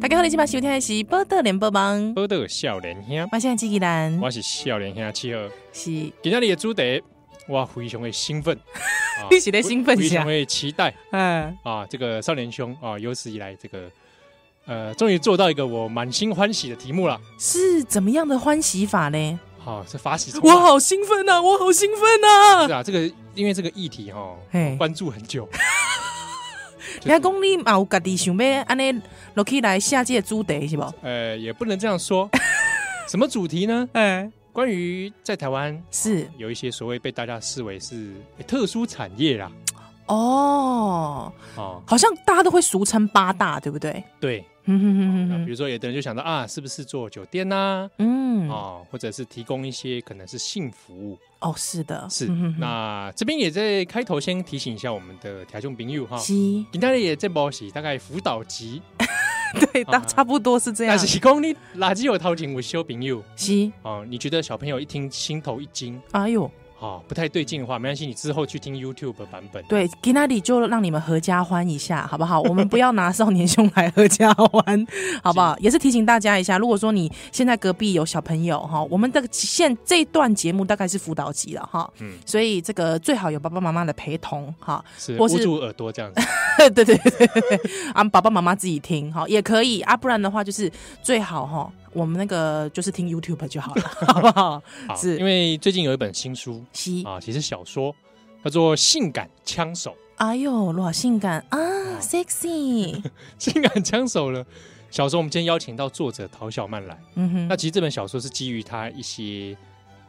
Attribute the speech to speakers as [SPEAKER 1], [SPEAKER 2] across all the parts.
[SPEAKER 1] 大家好，你今晚收听的是《报道联播网》，
[SPEAKER 2] 报道少年兄，
[SPEAKER 1] 我现在自己人
[SPEAKER 2] 我是少年兄七号。
[SPEAKER 1] 是，
[SPEAKER 2] 今天的主题，我非常的 兴奋，啊
[SPEAKER 1] 你是在兴奋
[SPEAKER 2] 非
[SPEAKER 1] 啥
[SPEAKER 2] 常的期待
[SPEAKER 1] 嗯，
[SPEAKER 2] 啊！这个少年兄啊，有史以来这个呃，终于做到一个我满心欢喜的题目了。
[SPEAKER 1] 是怎么样的欢喜法呢？
[SPEAKER 2] 啊，是法喜充
[SPEAKER 1] 我
[SPEAKER 2] 满
[SPEAKER 1] 好兴奋呐、我好兴奋呐、
[SPEAKER 2] 是啊，这个因为这个议题哈、
[SPEAKER 1] 嘿
[SPEAKER 2] 关注很久。就是
[SPEAKER 1] 人家讲你嘛有家己想要安尼落去来下这个主题是不？
[SPEAKER 2] 呃，也不能这 样说。什么主题呢？
[SPEAKER 1] 哎、
[SPEAKER 2] 关于在台湾
[SPEAKER 1] 是
[SPEAKER 2] 有一些所谓被大家视为是、诶特殊产业啦，
[SPEAKER 1] 哦，
[SPEAKER 2] 哦，
[SPEAKER 1] 好像大家都会俗称八大，对不对？
[SPEAKER 2] 对，
[SPEAKER 1] 嗯哼哼
[SPEAKER 2] 那
[SPEAKER 1] 哼
[SPEAKER 2] 比
[SPEAKER 1] 哼
[SPEAKER 2] 如说有的人就想到啊，是不是做酒店啊呐、
[SPEAKER 1] 嗯，
[SPEAKER 2] 哦，或者是提供一些可能是性服务，
[SPEAKER 1] 哦，是的，
[SPEAKER 2] 是。
[SPEAKER 1] 嗯哼哼
[SPEAKER 2] 那这边也在开头先提醒一下我们的台中朋友
[SPEAKER 1] 哦
[SPEAKER 2] 哈，
[SPEAKER 1] 是，
[SPEAKER 2] 今天也这波是大概辅导级，
[SPEAKER 1] 对，大
[SPEAKER 2] 啊
[SPEAKER 1] 差不多是这样
[SPEAKER 2] 但，是讲你垃圾有掏钱有修朋友
[SPEAKER 1] 是，
[SPEAKER 2] 哦，你觉得小朋友一听心头一惊，
[SPEAKER 1] 哎呦，
[SPEAKER 2] 哦，不太对劲的话，没关系，你之后去听 YouTube 版本。
[SPEAKER 1] 对，今天里就让你们合家欢一下，好不好？我们不要拿少年兄来合家 欢，好不好？也是提醒大家一下，如果说你现在隔壁有小朋友哈，我们的现这一段节目大概是辅导级了哈，
[SPEAKER 2] 嗯
[SPEAKER 1] 所以这个最好有爸爸妈妈的陪同哈，
[SPEAKER 2] 是
[SPEAKER 1] 或
[SPEAKER 2] 捂
[SPEAKER 1] 是
[SPEAKER 2] 住耳朵这样 子，
[SPEAKER 1] 对对对对对，啊，爸爸妈妈自己听哈也可以啊，不然的话就是最好哈，我们那个就是听 YouTube 就 好了，好不好？
[SPEAKER 2] 好
[SPEAKER 1] 是嗯
[SPEAKER 2] 因为最近有一本新书
[SPEAKER 1] 西，
[SPEAKER 2] 啊，其实小说叫做《性感枪手
[SPEAKER 1] 哎呦，多好性感啊，sexy，》，
[SPEAKER 2] 性感枪手呢，小说我们今天邀请到作者陶小曼来。
[SPEAKER 1] 嗯
[SPEAKER 2] 那其实这本小说是基于他一些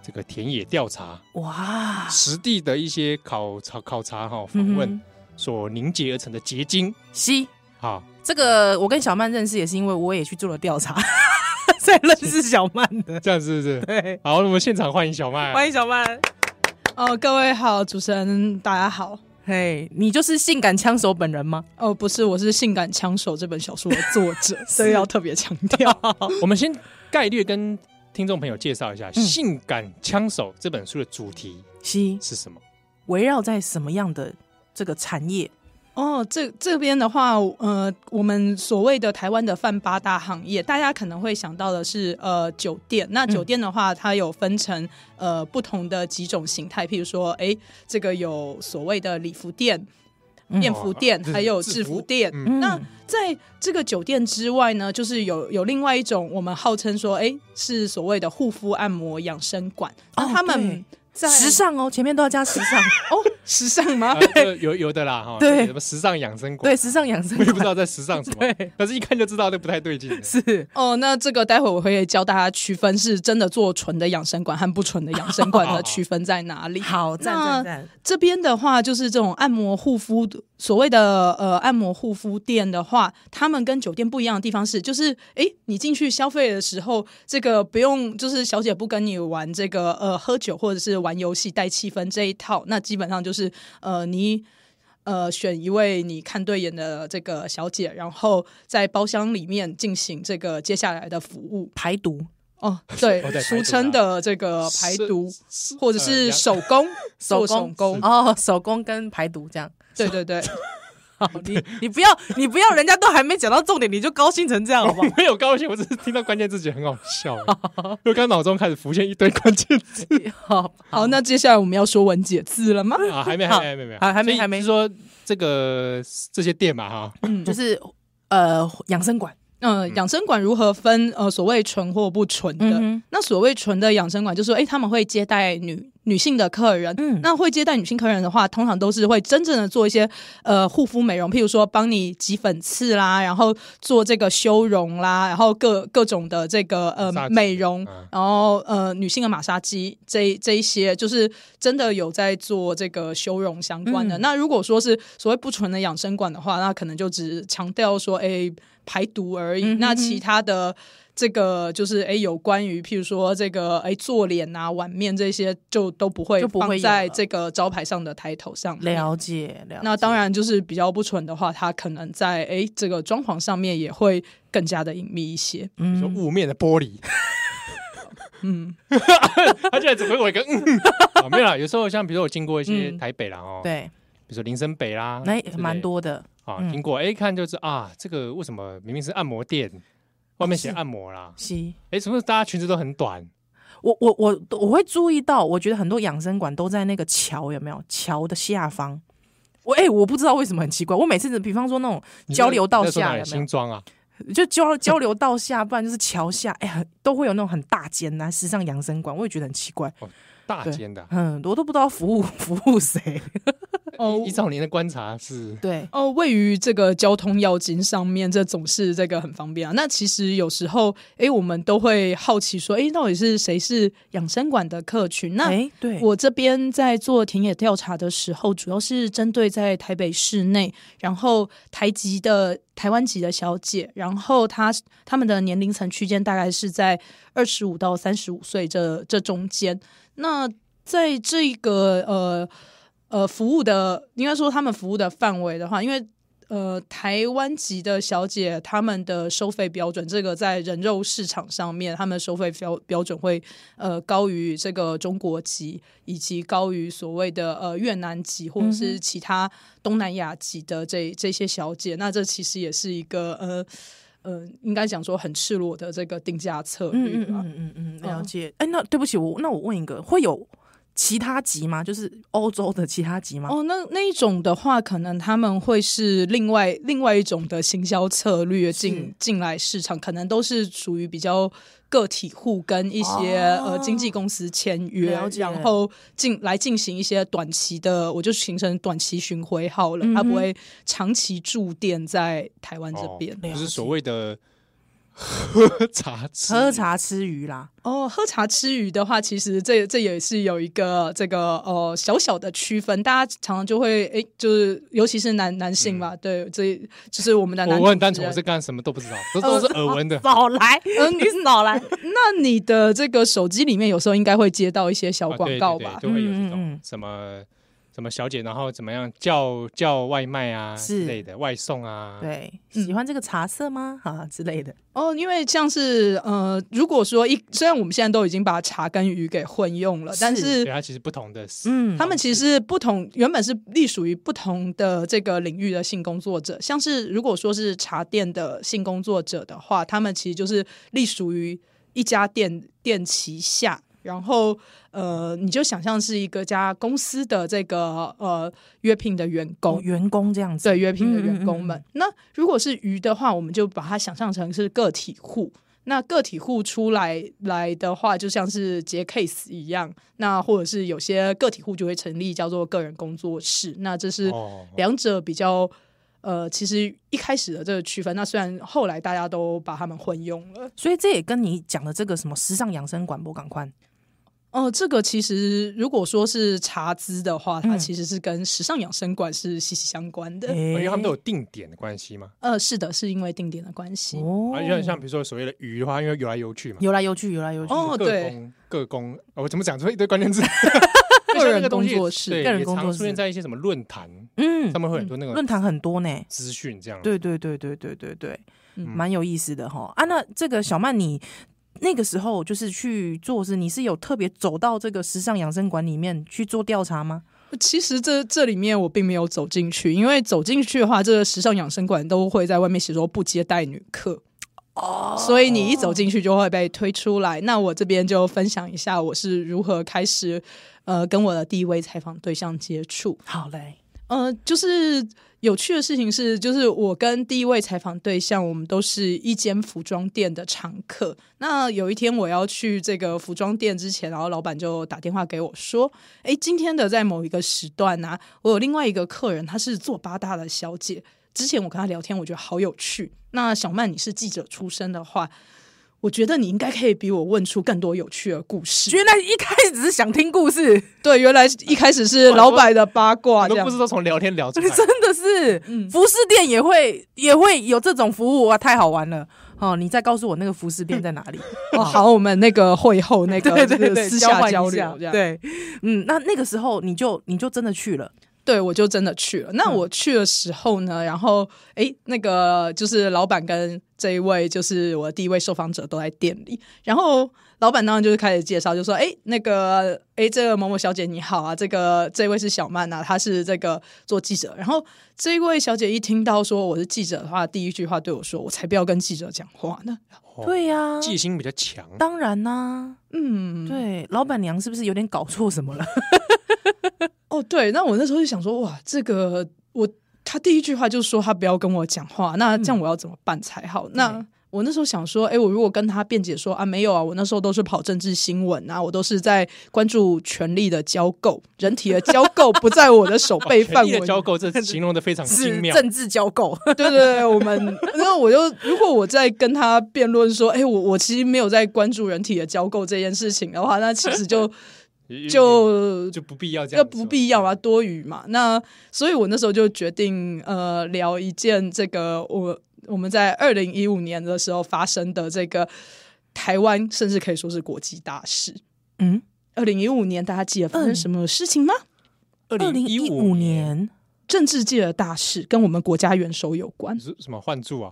[SPEAKER 2] 这个田野调查、
[SPEAKER 1] 哼，哇，
[SPEAKER 2] 实地的一些考察、考察哈访
[SPEAKER 1] 啊嗯
[SPEAKER 2] 问
[SPEAKER 1] 哼，
[SPEAKER 2] 所凝结而成的结晶。
[SPEAKER 1] 西。
[SPEAKER 2] 好，
[SPEAKER 1] 这个我跟小曼认识也是因为我也去做了调查， 才认识小曼的。
[SPEAKER 2] 这样是不是？
[SPEAKER 1] 对，
[SPEAKER 2] 好，我们现场欢迎小曼。
[SPEAKER 1] 欢迎小曼。
[SPEAKER 3] 哦，各位好，主持人大家好。
[SPEAKER 1] 嘿你就是性感枪手本人吗？
[SPEAKER 3] 哦，不是，我是《性感枪手》这本小说的作者，所以要特别强调。
[SPEAKER 2] 我们先概略跟听众朋友介绍一下
[SPEAKER 1] 嗯
[SPEAKER 2] 《性感枪手》这本书的主题
[SPEAKER 1] 是
[SPEAKER 2] 是什么？
[SPEAKER 1] 围绕在什么样的这个产业？
[SPEAKER 3] 哦，这这边的话，呃，我们所谓的台湾的泛八大行业，大家可能会想到的是呃酒店。那酒店的话，它有分成呃不同的几种形态，譬如说，哎，这个有所谓的礼服店、便服店，还有制服店。
[SPEAKER 2] 嗯
[SPEAKER 3] 那在这个酒店之外呢，就是有有另外一种，我们号称说，哎，是所谓的护肤按摩养生馆。那他们在
[SPEAKER 1] 对时尚哦，前面都要加时尚，
[SPEAKER 3] 哦，时尚吗
[SPEAKER 2] 啊？这个有有的啦哈，
[SPEAKER 1] 对
[SPEAKER 2] 什么时尚养生馆，
[SPEAKER 1] 对，时尚养生
[SPEAKER 2] 我也不知
[SPEAKER 1] 馆
[SPEAKER 2] 道在时尚什么， 但是一看就知道那不太对劲。
[SPEAKER 1] 是
[SPEAKER 3] 哦，那这个待会我会教大家区分，是真的做纯的养生馆和不纯的养生馆的区分在哪里。
[SPEAKER 1] 好赞
[SPEAKER 3] 那
[SPEAKER 1] 赞赞，
[SPEAKER 3] 这边的话，就是这种按摩护肤，所谓的呃按摩护肤店的话，他们跟酒店不一样的地方是，就是诶，你进去消费的时候，这个不用就是小姐不跟你玩这个呃喝酒或者是玩游戏带气氛这一套，那基本上就是呃你。呃，选一位你看对眼的这个小姐，然后在包厢里面进行这个接下来的服务。
[SPEAKER 1] 排毒
[SPEAKER 3] 哦，
[SPEAKER 2] 哦
[SPEAKER 3] 对
[SPEAKER 2] 对，排
[SPEAKER 3] 俗
[SPEAKER 2] 毒
[SPEAKER 3] 称
[SPEAKER 2] 啊
[SPEAKER 3] 的这个排
[SPEAKER 2] 是
[SPEAKER 3] 毒，或者
[SPEAKER 2] 呃
[SPEAKER 3] 是
[SPEAKER 2] 养
[SPEAKER 3] 手工，做手工，
[SPEAKER 1] 哦，手工跟排毒这样。
[SPEAKER 3] 对对对，
[SPEAKER 1] 好，你你不要你不要，人家都还没讲到重点，你就高兴成这样好不好？
[SPEAKER 2] 没有高兴，我只是听到关键字觉得很好 笑，因为刚脑中开始浮现一堆关键字
[SPEAKER 1] 好
[SPEAKER 3] 好，那接下来我们要说文解字了吗？
[SPEAKER 2] 啊，还没，
[SPEAKER 1] 好
[SPEAKER 2] 还没，还没没有，
[SPEAKER 1] 好还没
[SPEAKER 2] 所以
[SPEAKER 1] 还没嗯
[SPEAKER 2] 是说这个这些店嘛哈，
[SPEAKER 1] 就是呃养生馆，
[SPEAKER 3] 嗯，养生馆如何分？呃，所谓纯或不纯的。
[SPEAKER 1] 嗯
[SPEAKER 3] 那所谓纯的养生馆，就是说，哎、他们会接待女女性的客人。
[SPEAKER 1] 嗯
[SPEAKER 3] 那会接待女性客人的话，通常都是会真正的做一些呃护肤美容，譬如说帮你挤粉刺啦，然后做这个修容啦，然后各各种的这个呃
[SPEAKER 2] 马杀鸡
[SPEAKER 3] 美容，
[SPEAKER 2] 嗯
[SPEAKER 3] 然后呃女性的马杀鸡这一这一些，就是真的有在做这个修容相关的。
[SPEAKER 1] 嗯
[SPEAKER 3] 那如果说是所谓不纯的养生馆的话，那可能就只强调说，哎、排毒而已。
[SPEAKER 1] 嗯哼
[SPEAKER 3] 那其他的这个就是哎、有关于譬如说这个哎、做脸啊、碗面这些，就都不会
[SPEAKER 1] 就不会
[SPEAKER 3] 放
[SPEAKER 1] 有
[SPEAKER 3] 在
[SPEAKER 1] 了
[SPEAKER 3] 这个招牌上的抬头上面。
[SPEAKER 1] 了解了解。
[SPEAKER 3] 那当然就是比较不纯的话，它可能在哎、这个装潢上面也会更加的隐秘一些。
[SPEAKER 1] 嗯
[SPEAKER 2] 说雾面的玻璃，
[SPEAKER 3] 嗯，
[SPEAKER 2] 他居然只回我一个嗯，啊没有啦，有时候像比如说我经过一些
[SPEAKER 1] 嗯
[SPEAKER 2] 台北啦哦，，
[SPEAKER 1] 对，
[SPEAKER 2] 比如说林森北啦，
[SPEAKER 1] 那
[SPEAKER 2] 之类
[SPEAKER 1] 蛮多的，
[SPEAKER 2] 啊，
[SPEAKER 1] 嗯
[SPEAKER 2] 经过哎看就是啊，这个为什么明明是按摩店，外面写
[SPEAKER 1] 哦
[SPEAKER 2] 按摩啦？
[SPEAKER 1] 是
[SPEAKER 2] 哎，怎么大家裙子都很短？
[SPEAKER 1] 我我我我会注意到，我觉得很多养生馆都在那个桥有没有桥的下方。我哎、我不知道为什么很奇怪。我每次比方说那种
[SPEAKER 2] 你
[SPEAKER 1] 交流道
[SPEAKER 2] 那时候
[SPEAKER 1] 下
[SPEAKER 2] 哪里
[SPEAKER 1] 有没有
[SPEAKER 2] 新装啊，
[SPEAKER 1] 就交交流道下，不然就是桥下，哎、很都会有那种很大间呐、时尚养生馆，我也觉得很奇怪。
[SPEAKER 2] 大
[SPEAKER 1] 对
[SPEAKER 2] 间的啊。
[SPEAKER 1] 嗯，我都不知道服务 服务谁。哎
[SPEAKER 3] 哦
[SPEAKER 2] 依照您的观察是，
[SPEAKER 1] 对，
[SPEAKER 3] 哦，位于这个交通要津上面，这总是这个很方便啊。那其实有时候，诶，我们都会好奇说，诶，到底是谁是养生馆的客群？那、
[SPEAKER 1] 哎、对，
[SPEAKER 3] 我这边在做田野调查的时候，主要是针对在台北市内，然后台籍的台湾籍的小姐，然后她她们的年龄层区间大概是在二十五到三十五岁这这中间。那在这个呃呃服务的，应该说他们服务的范围的话，因为。呃，台湾籍的小姐，她们的收费标准，这个在人肉市场上面，她们的收费标标准会呃高于这个中国籍，以及高于所谓的呃越南籍或者是其他东南亚籍的这这些小姐，那这其实也是一个呃呃，应该讲说很赤裸的这个定价策
[SPEAKER 1] 嗯
[SPEAKER 3] 略
[SPEAKER 1] 嗯
[SPEAKER 3] 吧。
[SPEAKER 1] 嗯嗯嗯，嗯，了
[SPEAKER 3] 嗯
[SPEAKER 1] 解。哎、那对不起，我那我问一个，会有其他集吗？就是欧洲的其他集吗？
[SPEAKER 3] 哦，那那一种的话，可能他们会是另外另外一种的行销策略
[SPEAKER 1] 是
[SPEAKER 3] 进进来市场，可能都是属于比较个体户跟一些、
[SPEAKER 1] 哦
[SPEAKER 3] 呃经纪公司签约
[SPEAKER 1] 了，解
[SPEAKER 3] 然后进来进行一些短期的，我就形成短期巡回好了，它
[SPEAKER 1] 嗯哼
[SPEAKER 3] 不会长期驻店在台湾这边。
[SPEAKER 2] 哦就
[SPEAKER 1] 了
[SPEAKER 2] 是
[SPEAKER 1] 解
[SPEAKER 2] 所谓的喝茶吃
[SPEAKER 1] 哦喝茶吃鱼啦，
[SPEAKER 3] 哦，喝茶吃鱼的话，其实这这也是有一个这个呃小小的区分，大家常常就会诶，就是尤其是男男性吧，对，这就是我们的男
[SPEAKER 2] 嗯
[SPEAKER 3] 啊
[SPEAKER 2] 我我很
[SPEAKER 3] 主
[SPEAKER 2] 单
[SPEAKER 1] 啊
[SPEAKER 3] 持
[SPEAKER 2] 纯，我
[SPEAKER 3] 人
[SPEAKER 2] 是干什么都不知道，这
[SPEAKER 1] 哦
[SPEAKER 2] 都是耳闻的。
[SPEAKER 1] 少 来，
[SPEAKER 3] 嗯
[SPEAKER 1] 你少来。
[SPEAKER 3] 那你的这个手机里面有时候应该会接到一些小
[SPEAKER 2] 啊
[SPEAKER 3] 呃广
[SPEAKER 2] 对
[SPEAKER 3] 告
[SPEAKER 2] 对对
[SPEAKER 3] 吧？
[SPEAKER 2] 就会有这
[SPEAKER 1] 嗯嗯
[SPEAKER 2] 种
[SPEAKER 1] 嗯
[SPEAKER 2] 什么什么小姐，然后怎么样叫叫外卖啊
[SPEAKER 1] 是
[SPEAKER 2] 之类的外送啊，
[SPEAKER 1] 对，
[SPEAKER 3] 嗯
[SPEAKER 1] 喜欢这个茶色吗？啊之类的。
[SPEAKER 3] 哦，因为像是呃，如果说一虽然我们现在都已经把茶跟鱼给混用了，但
[SPEAKER 1] 是
[SPEAKER 3] 是
[SPEAKER 2] 对它其实不同的是
[SPEAKER 1] 嗯，
[SPEAKER 3] 他们其实是不同，原本是隶属于不同的这个领域的性工作者。像是如果说是茶店的性工作者的话，他们其实就是隶属于一家店店旗下。然后，呃，你就想象是一个家公司的这个呃约聘的员工
[SPEAKER 1] 哦，员工这样子。
[SPEAKER 3] 对约聘的
[SPEAKER 1] 嗯嗯
[SPEAKER 3] 员工们。那如果是鱼的话，我们就把它想象成是个体户。那个体户出来来的话，就像是接 case 一样，那或者是有些个体户就会成立叫做个人工作室。那这是
[SPEAKER 2] 哦，
[SPEAKER 3] 两者比较。呃，其实一开始的这个区分，那虽然后来大家都把它们混用了，
[SPEAKER 1] 所以这也跟你讲的这个什么时尚养生馆博港宽
[SPEAKER 3] 哦、这个其实如果说是茶资的话，它
[SPEAKER 1] 嗯
[SPEAKER 3] 其实是跟时尚养生馆是息息相关的。
[SPEAKER 2] 哦因为他们都
[SPEAKER 1] 有
[SPEAKER 2] 有定点的关系嘛。
[SPEAKER 3] 呃，是的，是因为定点的关系。
[SPEAKER 1] 哦
[SPEAKER 2] 而啊且像比如说所谓的鱼的话，因为游来游去嘛，
[SPEAKER 1] 游来游去，游来游去。
[SPEAKER 3] 哦
[SPEAKER 2] 各
[SPEAKER 3] 对
[SPEAKER 2] 工各工，哦我怎么讲出一堆 关键字？
[SPEAKER 3] 个人
[SPEAKER 2] 那个东西
[SPEAKER 3] 工作室
[SPEAKER 2] 对，
[SPEAKER 1] 个人
[SPEAKER 2] 也
[SPEAKER 1] 工
[SPEAKER 2] 常
[SPEAKER 1] 作
[SPEAKER 2] 出现
[SPEAKER 1] 室
[SPEAKER 2] 在一些什么论坛
[SPEAKER 1] 嗯
[SPEAKER 2] 上，面，会很多那种
[SPEAKER 1] 论坛很多呢。
[SPEAKER 2] 资讯这样。
[SPEAKER 1] 对对对对对对对，
[SPEAKER 3] 嗯
[SPEAKER 1] 蛮有意思的哈。啊，那这个小曼你。那个时候就是去做是，你是有特别走到这个时尚养生馆里面去做调查吗？
[SPEAKER 3] 其实这这里面我并没有走进去，因为走进去的话，这个时尚养生馆都会在外面写说不接待女客。哦，所以你一走进去就会被推出来。那我这边就分享一下我是如何开始，呃，跟我的第一位采访对象接触。
[SPEAKER 1] 好嘞，
[SPEAKER 3] 呃，就是有趣的事情是，就是我跟第一位采访对象，我们都是一间服装店的常客。那有一天我要去这个服装店之前，然后老板就打电话给我说：“诶，今天的在某一个时段啊，我有另外一个客人，她是做八大的小姐。之前我跟她聊天，我觉得好有趣。那小曼，你是记者出身的话。”我觉得你应该可以比我问出更多有趣的故事。
[SPEAKER 1] 原来一开始只是想听故事，
[SPEAKER 3] 对，原来一开始是老板的八卦，
[SPEAKER 2] 很
[SPEAKER 3] 这
[SPEAKER 2] 多
[SPEAKER 3] 样
[SPEAKER 2] 故事都从聊天聊出来
[SPEAKER 3] 啊
[SPEAKER 2] 的。
[SPEAKER 1] 真的是，
[SPEAKER 3] 嗯
[SPEAKER 1] 服饰店也会也会有这种服务啊，太好玩了！哦，你再告诉我那个服饰店在哪里？
[SPEAKER 3] 哦，好，我们那个会后 那个
[SPEAKER 1] 对对对，
[SPEAKER 3] 私
[SPEAKER 1] 交
[SPEAKER 3] 下
[SPEAKER 1] 换一
[SPEAKER 3] 交流
[SPEAKER 1] 下
[SPEAKER 3] 这样。
[SPEAKER 1] 对，嗯，那那个时候你就你就真的去了，
[SPEAKER 3] 对，我就真的去了。那我去的时候呢，然后诶，那个就是老板跟这一位就是我的第一位受访者都在店里，然后老板当然就是开始介绍，就说诶，那个诶，这个某某小姐你好啊，这个这位是小曼啊，她是这个做记者。然后这一位小姐一听到说我是记者的话，第一句话对我说：“我才不要跟记者讲话呢。
[SPEAKER 2] 哦
[SPEAKER 1] 对啊呀、
[SPEAKER 2] 记性比较强，
[SPEAKER 1] 当然啦、”
[SPEAKER 3] 嗯，
[SPEAKER 1] 对，老板娘是不是有点搞错什么了？
[SPEAKER 3] 哦，对，那我那时候就想说，哇，这个我他第一句话就说他不要跟我讲话，那
[SPEAKER 2] 嗯
[SPEAKER 3] 这样我要怎么办才好？那我那时候想说，哎，我如果跟他辩解说啊，没有啊，我那时候都是跑政治新闻啊，我都是在关注权力的交购，人体的交购不在我的手背
[SPEAKER 2] 哦 权
[SPEAKER 3] 范
[SPEAKER 2] 力
[SPEAKER 3] 围
[SPEAKER 2] 的。交购，这形容的非常精
[SPEAKER 1] 是
[SPEAKER 2] 妙。
[SPEAKER 1] 政治交购，
[SPEAKER 3] 对对对，我们那我就如果我在跟他辩论说，哎，我我其实没有在关注人体的交购这件事情的话，那其 实就就
[SPEAKER 2] 就不必要这
[SPEAKER 3] 这个
[SPEAKER 2] 样子，
[SPEAKER 3] 不必要啊，多余嘛。那所以，我那时候就决定，呃，聊一件这个我我们在二零一五年的时候发生的这个台湾，甚至可以说是国际大事。
[SPEAKER 1] 嗯，
[SPEAKER 3] 二零一五年，大家记得发生什么事情吗？
[SPEAKER 2] 二
[SPEAKER 1] 二零
[SPEAKER 2] 零
[SPEAKER 1] 一
[SPEAKER 2] 一
[SPEAKER 1] 五
[SPEAKER 2] 五年
[SPEAKER 1] 年
[SPEAKER 3] 政治界的大事跟我们国家元首有关
[SPEAKER 2] 是什么换柱啊？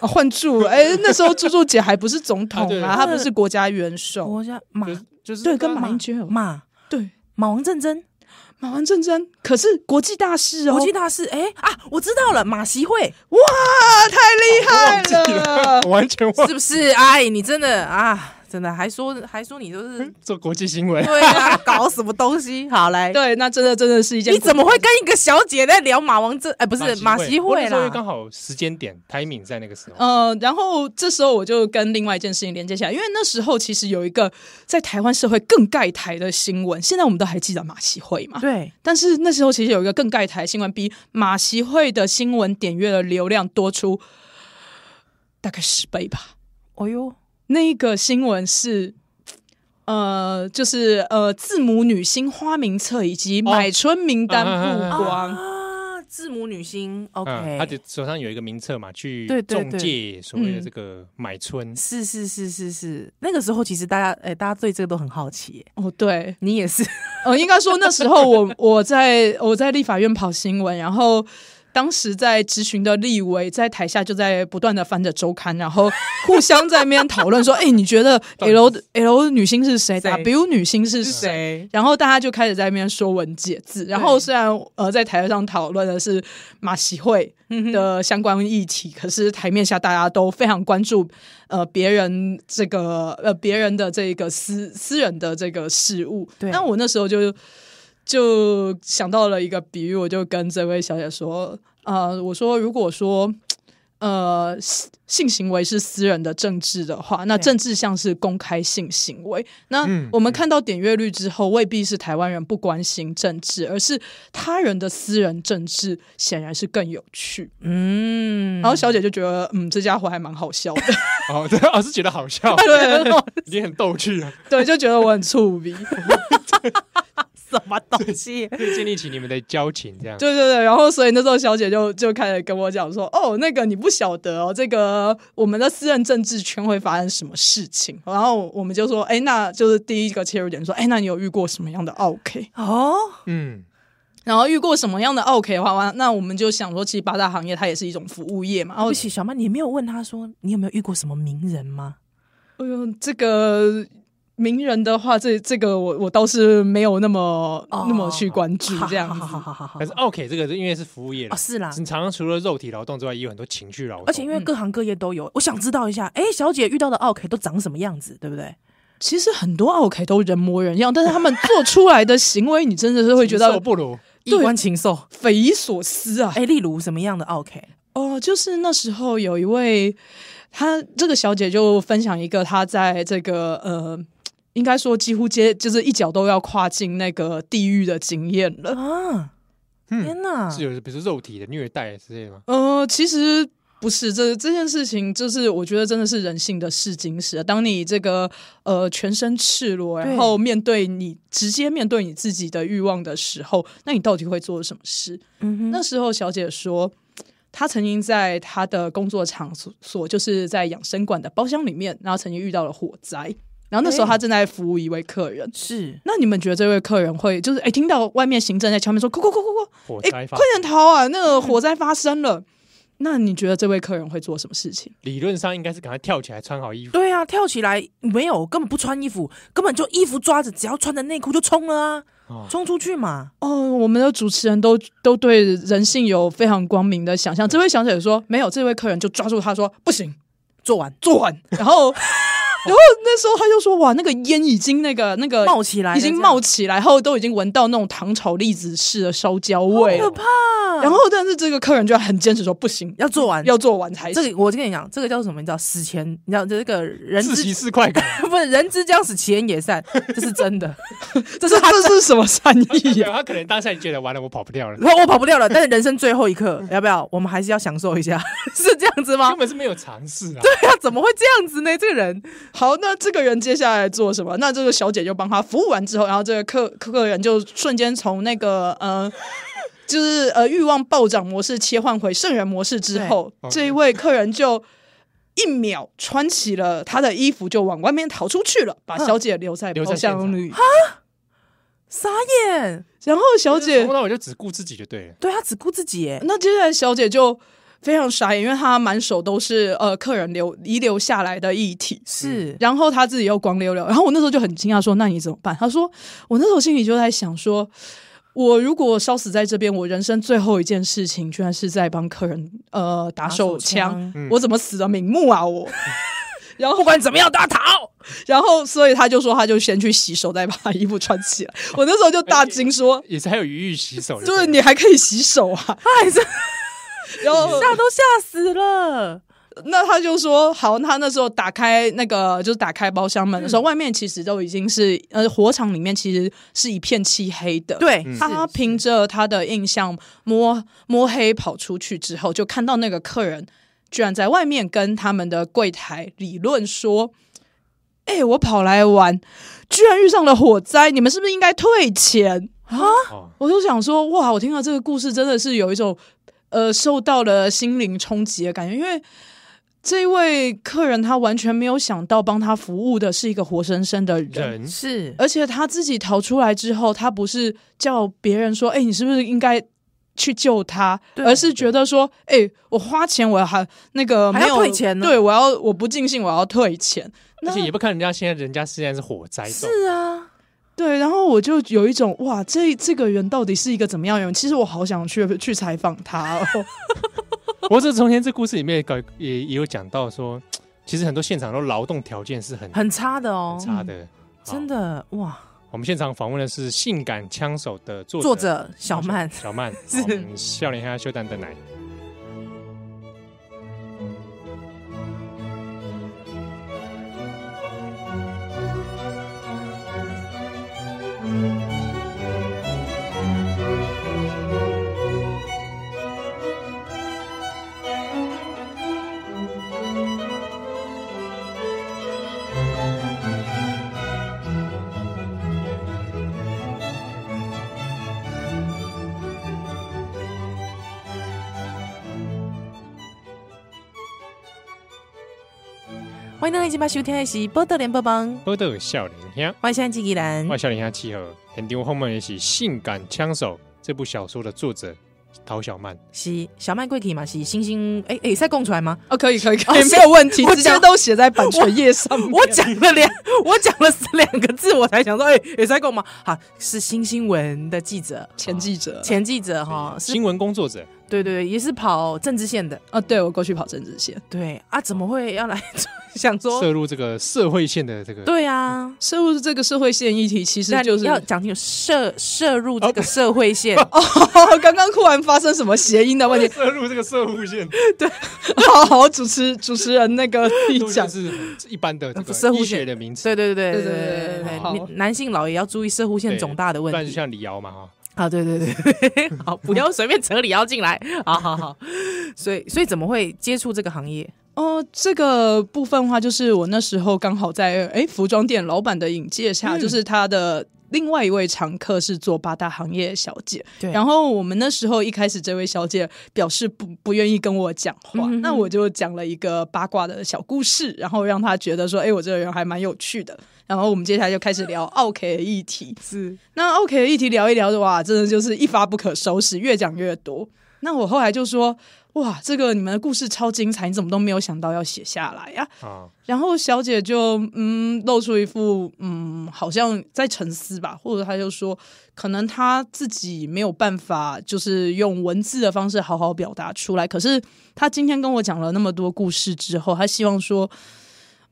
[SPEAKER 3] 啊，换柱哎、那时候猪猪姐还不是总统
[SPEAKER 2] 啊对
[SPEAKER 3] 啊，她不是国家元首，
[SPEAKER 1] 国家马
[SPEAKER 2] 就是就是
[SPEAKER 3] 对，跟
[SPEAKER 2] 刚
[SPEAKER 3] 马英九有
[SPEAKER 1] 啊马
[SPEAKER 3] 对
[SPEAKER 1] 马王战争
[SPEAKER 3] 马王战争，可是国际大事哦，
[SPEAKER 1] 国际大事，哎、啊，我知道了，马习会
[SPEAKER 3] 哇，太厉害了，
[SPEAKER 2] 我完全 忘
[SPEAKER 1] 是不是？哎，你真的啊，真的还说还说你都是
[SPEAKER 2] 做国际新闻，
[SPEAKER 1] 对啊，搞什么东西？好来，
[SPEAKER 3] 对，那真的真的是一件
[SPEAKER 1] 你怎么会跟一个小姐在聊马王战？哎、不是马习
[SPEAKER 2] 我那
[SPEAKER 1] 会
[SPEAKER 2] 时候因
[SPEAKER 1] 啦，哦
[SPEAKER 2] 为刚好时间点 timing 在那个时候，
[SPEAKER 3] 呃，然后这时候我就跟另外一件事情连接起来，因为那时候其实有一个在台湾社会更盖台的新闻，现在我们都还记得马习会嘛？
[SPEAKER 1] 对，
[SPEAKER 3] 但是那时候其实有一个更盖台的新闻，比马习会的新闻点阅的流量多出大概十倍吧。
[SPEAKER 1] 哎呦，
[SPEAKER 3] 那个新闻是。呃，就是呃，字母女星花名册以及买春名单曝光，
[SPEAKER 1] 啊，字母女星，OK，、
[SPEAKER 2] 嗯，他就手上有一个名册嘛，去
[SPEAKER 1] 对对
[SPEAKER 2] 中
[SPEAKER 1] 对嗯
[SPEAKER 2] 介所谓的这个买春，
[SPEAKER 1] 是是是是是，那个时候其实大家哎、大家对这个都很好奇耶，
[SPEAKER 3] 哦，对，
[SPEAKER 1] 你也是，
[SPEAKER 3] 呃，应该说那时候我我在我在立法院跑新闻，然后当时在咨询的立委在台下就在不断的翻着周刊，然后互相在那边讨论说：“ 哎、你觉得 L L 女星是谁
[SPEAKER 1] 谁
[SPEAKER 3] ？W 女星是谁？”
[SPEAKER 1] 谁？
[SPEAKER 3] 然后大家就开始在那边说文解字，然后
[SPEAKER 1] 对
[SPEAKER 3] 虽然呃在台上讨论的是马习会的相关议题，可是台面下大家都非常关注呃别人这个呃别人的这个私私人的这个事务。
[SPEAKER 1] 对
[SPEAKER 3] 那我那时候就就想到了一个比喻，我就跟这位小姐说，呃，我说如果说。呃，性性行为是私人的政治的话，那
[SPEAKER 1] 对
[SPEAKER 3] 政治像是公开性行为。那
[SPEAKER 2] 嗯
[SPEAKER 3] 我们看到点阅率之后，未必是台湾人不关心政治，而是他人的私人政治显然是更有趣。
[SPEAKER 1] 嗯，
[SPEAKER 3] 然后小姐就觉得，嗯，这家伙还蛮好 笑的，
[SPEAKER 2] 哦，对，哦是觉得好笑，
[SPEAKER 3] 对
[SPEAKER 2] 你很逗趣啊，
[SPEAKER 3] 对，就觉得我很触鼻。
[SPEAKER 1] 什么东 西？
[SPEAKER 2] 可以建立起你们的交情，这样
[SPEAKER 3] 对对对，然后所以那时候小姐就就开始跟我讲说，哦，那个你不晓得哦，这个我们的私人政治圈会发生什么事情。然后我们就说，哎，那就是第一个切入点，说，哎，那你有遇过什么样的 OK？
[SPEAKER 1] 哦，
[SPEAKER 2] 嗯，
[SPEAKER 3] 然后遇过什么样的 OK 的话，那我们就想说，其实八大行业它也是一种服务业嘛。然
[SPEAKER 1] 对
[SPEAKER 3] 后
[SPEAKER 1] 不起，哦小曼，你没有问他说你有没有遇过什么名人吗？
[SPEAKER 3] 哎呦，这个名人的话，这这个我我倒是没有那么、
[SPEAKER 1] 哦
[SPEAKER 3] 那么去关注这样子。
[SPEAKER 1] 好好好好好好
[SPEAKER 2] 但是 OK 这个因为是服务业
[SPEAKER 1] 啊，哦
[SPEAKER 2] 啦，
[SPEAKER 1] 是啦。
[SPEAKER 2] 你常常除了肉体劳动之外，也有很多情绪劳动，
[SPEAKER 1] 而且因为各行各业都有，我想知道一下，哎，小姐遇到的 OK 都长什么样子，对不对？
[SPEAKER 3] 其实很多 OK 都人模人样，但是他们做出来的行为，你真的是会觉
[SPEAKER 2] 禽兽
[SPEAKER 3] 得
[SPEAKER 2] 不如
[SPEAKER 1] 衣冠禽兽，
[SPEAKER 3] 匪夷所思啊！
[SPEAKER 1] 哎，例如什么样的 OK？
[SPEAKER 3] 哦，就是那时候有一位，她这个小姐就分享一个她在这个呃，应该说几乎接就是一脚都要跨进那个地狱的经验了。
[SPEAKER 1] 啊，
[SPEAKER 2] 嗯
[SPEAKER 1] 天哪！
[SPEAKER 2] 是有比如说肉体的虐待之类的吗？
[SPEAKER 3] 呃，其实不是这这件事情，就是我觉得真的是人性的试金石啊。当你这个呃全身赤裸，然
[SPEAKER 1] 对
[SPEAKER 3] 后面对你直接面对你自己的欲望的时候，那你到底会做什么事？
[SPEAKER 1] 嗯哼，
[SPEAKER 3] 那时候小姐说。她曾经在她的工作场所，就是在养生馆的包厢里面，然后曾经遇到了火灾。然后那时候他正在服务一位客人。
[SPEAKER 1] 是
[SPEAKER 3] 那你们觉得这位客人会就是哎、听到外面行政在敲门说“快快快快快，
[SPEAKER 2] 火
[SPEAKER 3] 哎、
[SPEAKER 2] 灾发
[SPEAKER 3] 快点逃啊！那个火灾发生了。那你觉得这位客人会做什么事情？
[SPEAKER 2] 理论上应该是赶快跳起来穿好衣服，
[SPEAKER 1] 对啊，跳起来没有，根本不穿衣服，根本就衣服抓着，只要穿着内裤就冲了啊，
[SPEAKER 2] 哦
[SPEAKER 1] 冲出去嘛。
[SPEAKER 3] 哦，我们的主持人都都对人性有非常光明的想象。这位小姐说没有，这位客人就抓住她说不行，
[SPEAKER 1] 做完
[SPEAKER 3] 做完。 然后，然后那时候他就说哇，那个烟已经那个那个
[SPEAKER 1] 呃冒起来了，
[SPEAKER 3] 已经冒起来，后都已经闻到那种糖炒栗子式哦的烧焦
[SPEAKER 1] 这
[SPEAKER 3] 味
[SPEAKER 1] 样，
[SPEAKER 3] 了
[SPEAKER 1] 可。怕。
[SPEAKER 3] 然后，但是这个客人就很坚持说不行，
[SPEAKER 1] 要做完，
[SPEAKER 3] 要做完才行。
[SPEAKER 1] 这个我跟你讲，这个叫什么？你知道死前，你知道这个人
[SPEAKER 2] 自
[SPEAKER 1] 之
[SPEAKER 2] 习是快感，
[SPEAKER 1] 不是人之将死，其言也善，这是真的。
[SPEAKER 3] 这是 这是什么善意
[SPEAKER 1] 啊
[SPEAKER 3] 呀、
[SPEAKER 2] 他可能当下你觉得完了，我跑不掉了，
[SPEAKER 1] 然后我跑不掉了，但是人生最后一刻，要不要？我们还是要享受一下， 是这样子吗
[SPEAKER 2] 根？本是没有尝试啊。
[SPEAKER 1] 啊对啊，怎么会这样子呢？这个人
[SPEAKER 3] 好，那这个人接下来做什么？那这个小姐就帮他服务完之后，然后这个客客人就瞬间从那个呃， 就是呃欲望暴涨模式切换回圣人模式之后
[SPEAKER 2] 对，
[SPEAKER 3] 这一位客人就一秒穿起了他的衣服，就往外面逃出去了，把小姐留在
[SPEAKER 2] 嗯留在
[SPEAKER 3] 包
[SPEAKER 2] 现场
[SPEAKER 3] 厢里。
[SPEAKER 1] 傻眼，
[SPEAKER 3] 然后小姐
[SPEAKER 2] 从，头到尾就只顾自己就对了，
[SPEAKER 1] 对他只顾自己耶，
[SPEAKER 3] 那接下来小姐就非常傻眼，因为她满手都是呃客人留遗留下来的遗体。
[SPEAKER 2] 嗯
[SPEAKER 1] 是
[SPEAKER 3] 然后他自己又光溜溜，然后我那时候就很惊讶说：“那你怎么办？”他说：“我那时候心里就在想说，我如果烧死在这边，我人生最后一件事情居然是在帮客人呃打手枪，，
[SPEAKER 2] 嗯
[SPEAKER 3] 我怎么死的瞑目啊我！” 然后
[SPEAKER 1] 不，管怎么样都要逃。
[SPEAKER 3] 然后，所以他就说，他就先去洗手，再把衣服穿起来。我那时候就大惊 说
[SPEAKER 2] 也是还有余欲洗手：“的，
[SPEAKER 3] 就是你还可以洗手啊
[SPEAKER 1] 哎， 这！”
[SPEAKER 2] 呃
[SPEAKER 3] 然后
[SPEAKER 1] 吓都吓死了，
[SPEAKER 3] 那他就说好，那他那时候打开那个就是打开包厢门的时候，外面其实都已经是呃火场里面其实是一片漆黑的。，
[SPEAKER 1] 对，
[SPEAKER 2] 嗯
[SPEAKER 3] 他
[SPEAKER 1] 是
[SPEAKER 3] 凭着他的印象摸摸黑跑出去之后，就看到那个客人居然在外面跟他们的柜台理论说：“哎、我跑来玩，居然遇上了火灾，你们是不是应该退钱？”
[SPEAKER 2] 哦，
[SPEAKER 3] 我就想说，哇，我听到这个故事真的是有一种呃受到了心灵冲击的感觉，因为这一位客人他完全没有想到帮他服务的是一个活生生的人。
[SPEAKER 2] 人
[SPEAKER 1] 是
[SPEAKER 3] 而且他自己逃出来之后，他不是叫别人说：“哎、你是不是应该去救他？”
[SPEAKER 1] 对
[SPEAKER 3] 而是觉得说：“哎、我花钱，我还那个
[SPEAKER 1] 还
[SPEAKER 3] 没
[SPEAKER 1] 要
[SPEAKER 3] 有
[SPEAKER 1] 退钱呢
[SPEAKER 3] 对我要我不尽兴，我要退钱。那
[SPEAKER 2] 而且也不看人家现在人家现在是火灾中，
[SPEAKER 1] 是啊，
[SPEAKER 3] 对，然后我就有一种哇，这这个人到底是一个怎么样的人？其实我好想去去采访他哦。
[SPEAKER 2] 不过这从前这故事里面搞也也有讲到说，其实很多现场都劳动条件是很
[SPEAKER 1] 很差的哦
[SPEAKER 2] 很，差的，啊好
[SPEAKER 1] 真。的哇。
[SPEAKER 2] 我们现场访问的是《性感枪手》的作
[SPEAKER 1] 作者小曼，
[SPEAKER 2] 小曼，哦
[SPEAKER 1] 是
[SPEAKER 2] 好我们笑脸下秀蛋的奶。
[SPEAKER 1] 欢迎大家今晚收听的是《波特连播帮》，
[SPEAKER 2] 都都有笑脸
[SPEAKER 1] 我是安吉吉兰
[SPEAKER 2] 下，我，笑脸下契合。很丢后面也是《性感枪手》这部小说的作者陶小曼。
[SPEAKER 1] 是小曼贵体嘛，是星星，哎哎，再供出来吗？
[SPEAKER 3] 哦，可以可以可
[SPEAKER 1] 哦
[SPEAKER 3] 以，
[SPEAKER 1] 是
[SPEAKER 3] 没有问题，
[SPEAKER 1] 我
[SPEAKER 3] 直接
[SPEAKER 1] 讲
[SPEAKER 3] 都写在版权页上面。
[SPEAKER 1] 我讲了两，我讲了两个字，我才想说，哎、也在干嘛？好，是新新闻的记者，
[SPEAKER 3] 前记者
[SPEAKER 1] 前记者哈，是，
[SPEAKER 2] 新闻工作者，
[SPEAKER 1] 对对对，也是跑政治线的，
[SPEAKER 3] 啊，对我过去跑政治线。
[SPEAKER 1] 对啊，怎么会要来想说？
[SPEAKER 2] 摄入这个社会线的这个
[SPEAKER 1] 对啊，
[SPEAKER 3] 社会这个社会线议题，其实
[SPEAKER 1] 那
[SPEAKER 3] 就是
[SPEAKER 1] 要讲清楚，涉涉入这个社会线，
[SPEAKER 3] 哦， 刚刚突然发生什么谐音 的问 题？
[SPEAKER 2] 摄入这个社 会线，
[SPEAKER 3] 好好，主持主持人那个你
[SPEAKER 2] 这讲，
[SPEAKER 3] 讲
[SPEAKER 2] 是一般的这
[SPEAKER 1] 社
[SPEAKER 2] 个
[SPEAKER 1] 会
[SPEAKER 2] 医
[SPEAKER 1] 线
[SPEAKER 2] 学的名词。
[SPEAKER 1] 对对对对
[SPEAKER 3] 对对对
[SPEAKER 1] 对
[SPEAKER 3] 对
[SPEAKER 1] 对
[SPEAKER 3] 好
[SPEAKER 1] 对，你男性老也要注意射护线
[SPEAKER 2] 对
[SPEAKER 1] 肿大的
[SPEAKER 2] 不然
[SPEAKER 1] 问
[SPEAKER 2] 就
[SPEAKER 1] 题
[SPEAKER 2] 像李瑶嘛哈，
[SPEAKER 1] 啊，对对对，对 好，不要随便扯李要进来，好好好，所以所以怎么会接触这个行业？
[SPEAKER 3] 哦，这个嗯部分的话，就是我那时候刚好在哎服装店老板的引介下，就是他的另外一位常客是做八大行业小姐，
[SPEAKER 1] 对
[SPEAKER 3] 然后我们那时候一开始这位小姐表示不不愿意跟我讲话，
[SPEAKER 1] 嗯
[SPEAKER 3] 那我就讲了一个八卦的小故事，然后让她觉得说，哎，我这个人还蛮有趣的。然后我们接下来就开始聊 OK 的议题，
[SPEAKER 1] 是
[SPEAKER 3] 那 OK 的议题聊一聊的哇，真的就是一发不可收拾，越讲越多。那我后来就说，哇，这个你们的故事超精彩，你怎么都没有想到要写下来呀、
[SPEAKER 2] 啊，
[SPEAKER 3] 然后小姐就嗯露出一副嗯好像在沉思吧，或者她就说，可能她自己没有办法，就是用文字的方式好好表达出来。可是她今天跟我讲了那么多故事之后，她希望说，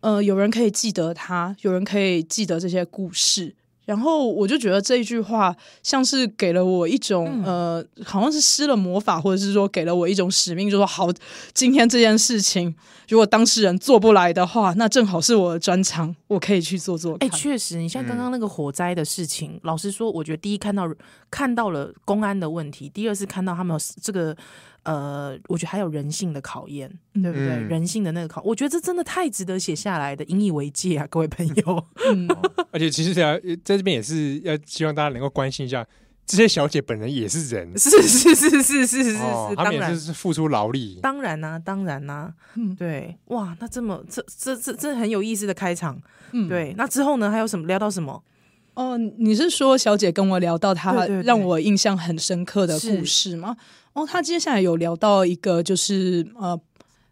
[SPEAKER 3] 呃，有人可以记得她，有人可以记得这些故事。然后我就觉得这一句话像是给了我一种、
[SPEAKER 1] 嗯
[SPEAKER 3] 呃，好像是施了魔法，或者是说给了我一种使命，就说好，今天这件事情如果当事人做不来的话，那正好是我的专长，我可以去做做
[SPEAKER 1] 哎、
[SPEAKER 3] 看。
[SPEAKER 1] 确实，你像刚
[SPEAKER 2] 嗯
[SPEAKER 1] 刚那个火灾的事情，老实说，我觉得第一看到看到了公安的问题，第二是看到他们有这个呃，我觉得还有人性的考验，对不对？
[SPEAKER 2] 嗯
[SPEAKER 1] 人性的那个考，我觉得这真的太值得写下来的，引以为戒啊，各位朋友。
[SPEAKER 3] 嗯，
[SPEAKER 2] 而且其实要 在这边也是要希望大家能够关心一下，这些小姐本人也是人，
[SPEAKER 1] 是是是是是是是，
[SPEAKER 2] 哦，他
[SPEAKER 1] 当
[SPEAKER 2] 们也
[SPEAKER 1] 然。
[SPEAKER 2] 是付出劳力。
[SPEAKER 1] 当然呐、当然呐、
[SPEAKER 3] 嗯
[SPEAKER 1] 对，哇，那这么这这这这很有意思的开场，
[SPEAKER 3] 嗯
[SPEAKER 1] 对，那之后呢还有什么聊到什么？
[SPEAKER 3] 哦，你是说小姐跟我聊到
[SPEAKER 1] 对
[SPEAKER 3] 她
[SPEAKER 1] 对对
[SPEAKER 3] 让我印象很深刻的故事吗？哦，她接下来有聊到一个就是呃，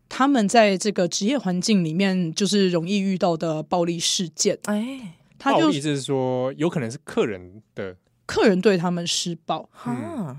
[SPEAKER 3] 他们在这个职业环境里面就是容易遇到的暴力事件，
[SPEAKER 1] 哎，
[SPEAKER 3] 她
[SPEAKER 2] 暴
[SPEAKER 3] 就
[SPEAKER 2] 力就是说，有可能是客人的，
[SPEAKER 3] 客人对他们施暴，
[SPEAKER 1] 哈，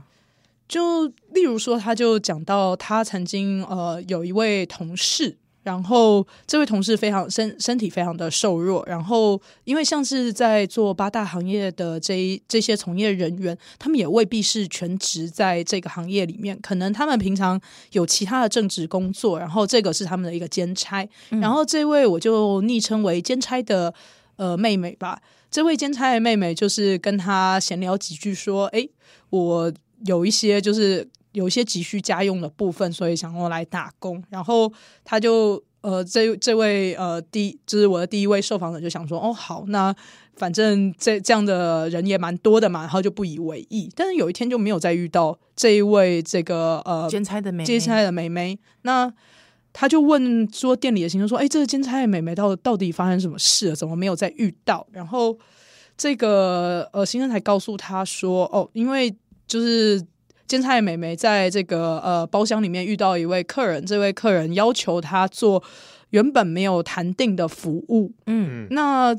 [SPEAKER 3] 就例如说，他就讲到他曾经呃有一位同事，然后这位同事非常身身体非常的瘦弱，然后因为像是在做八大行业的这一这些从业人员，他们也未必是全职在这个行业里面，可能他们平常有其他的正职工作，然后这个是他们的一个兼差，
[SPEAKER 1] 嗯
[SPEAKER 3] 嗯然后这位我就昵称为兼差的呃妹妹吧。这位兼差的妹妹就是跟他闲聊几句，说：“哎，我有一些就是有一些急需家用的部分，所以想要来打工。然后他就呃，这这位呃第就是我的第一位受访者就想说，哦，好，那反正这这样的人也蛮多的嘛，然后就不以为意。但是有一天就没有再遇到这一位这个呃
[SPEAKER 1] 兼差嗯的美，
[SPEAKER 3] 接下来的妹妹，那他就问说店里的行政说：“哎、这个兼差的妹妹到到底发生什么事了？啊怎么没有再遇到？”然后这个呃行政才告诉他说：“哦，因为就是兼差的妹妹在这个呃包厢里面遇到一位客人，这位客人要求她做原本没有谈定的服务，
[SPEAKER 1] 嗯，
[SPEAKER 2] 嗯，
[SPEAKER 3] 那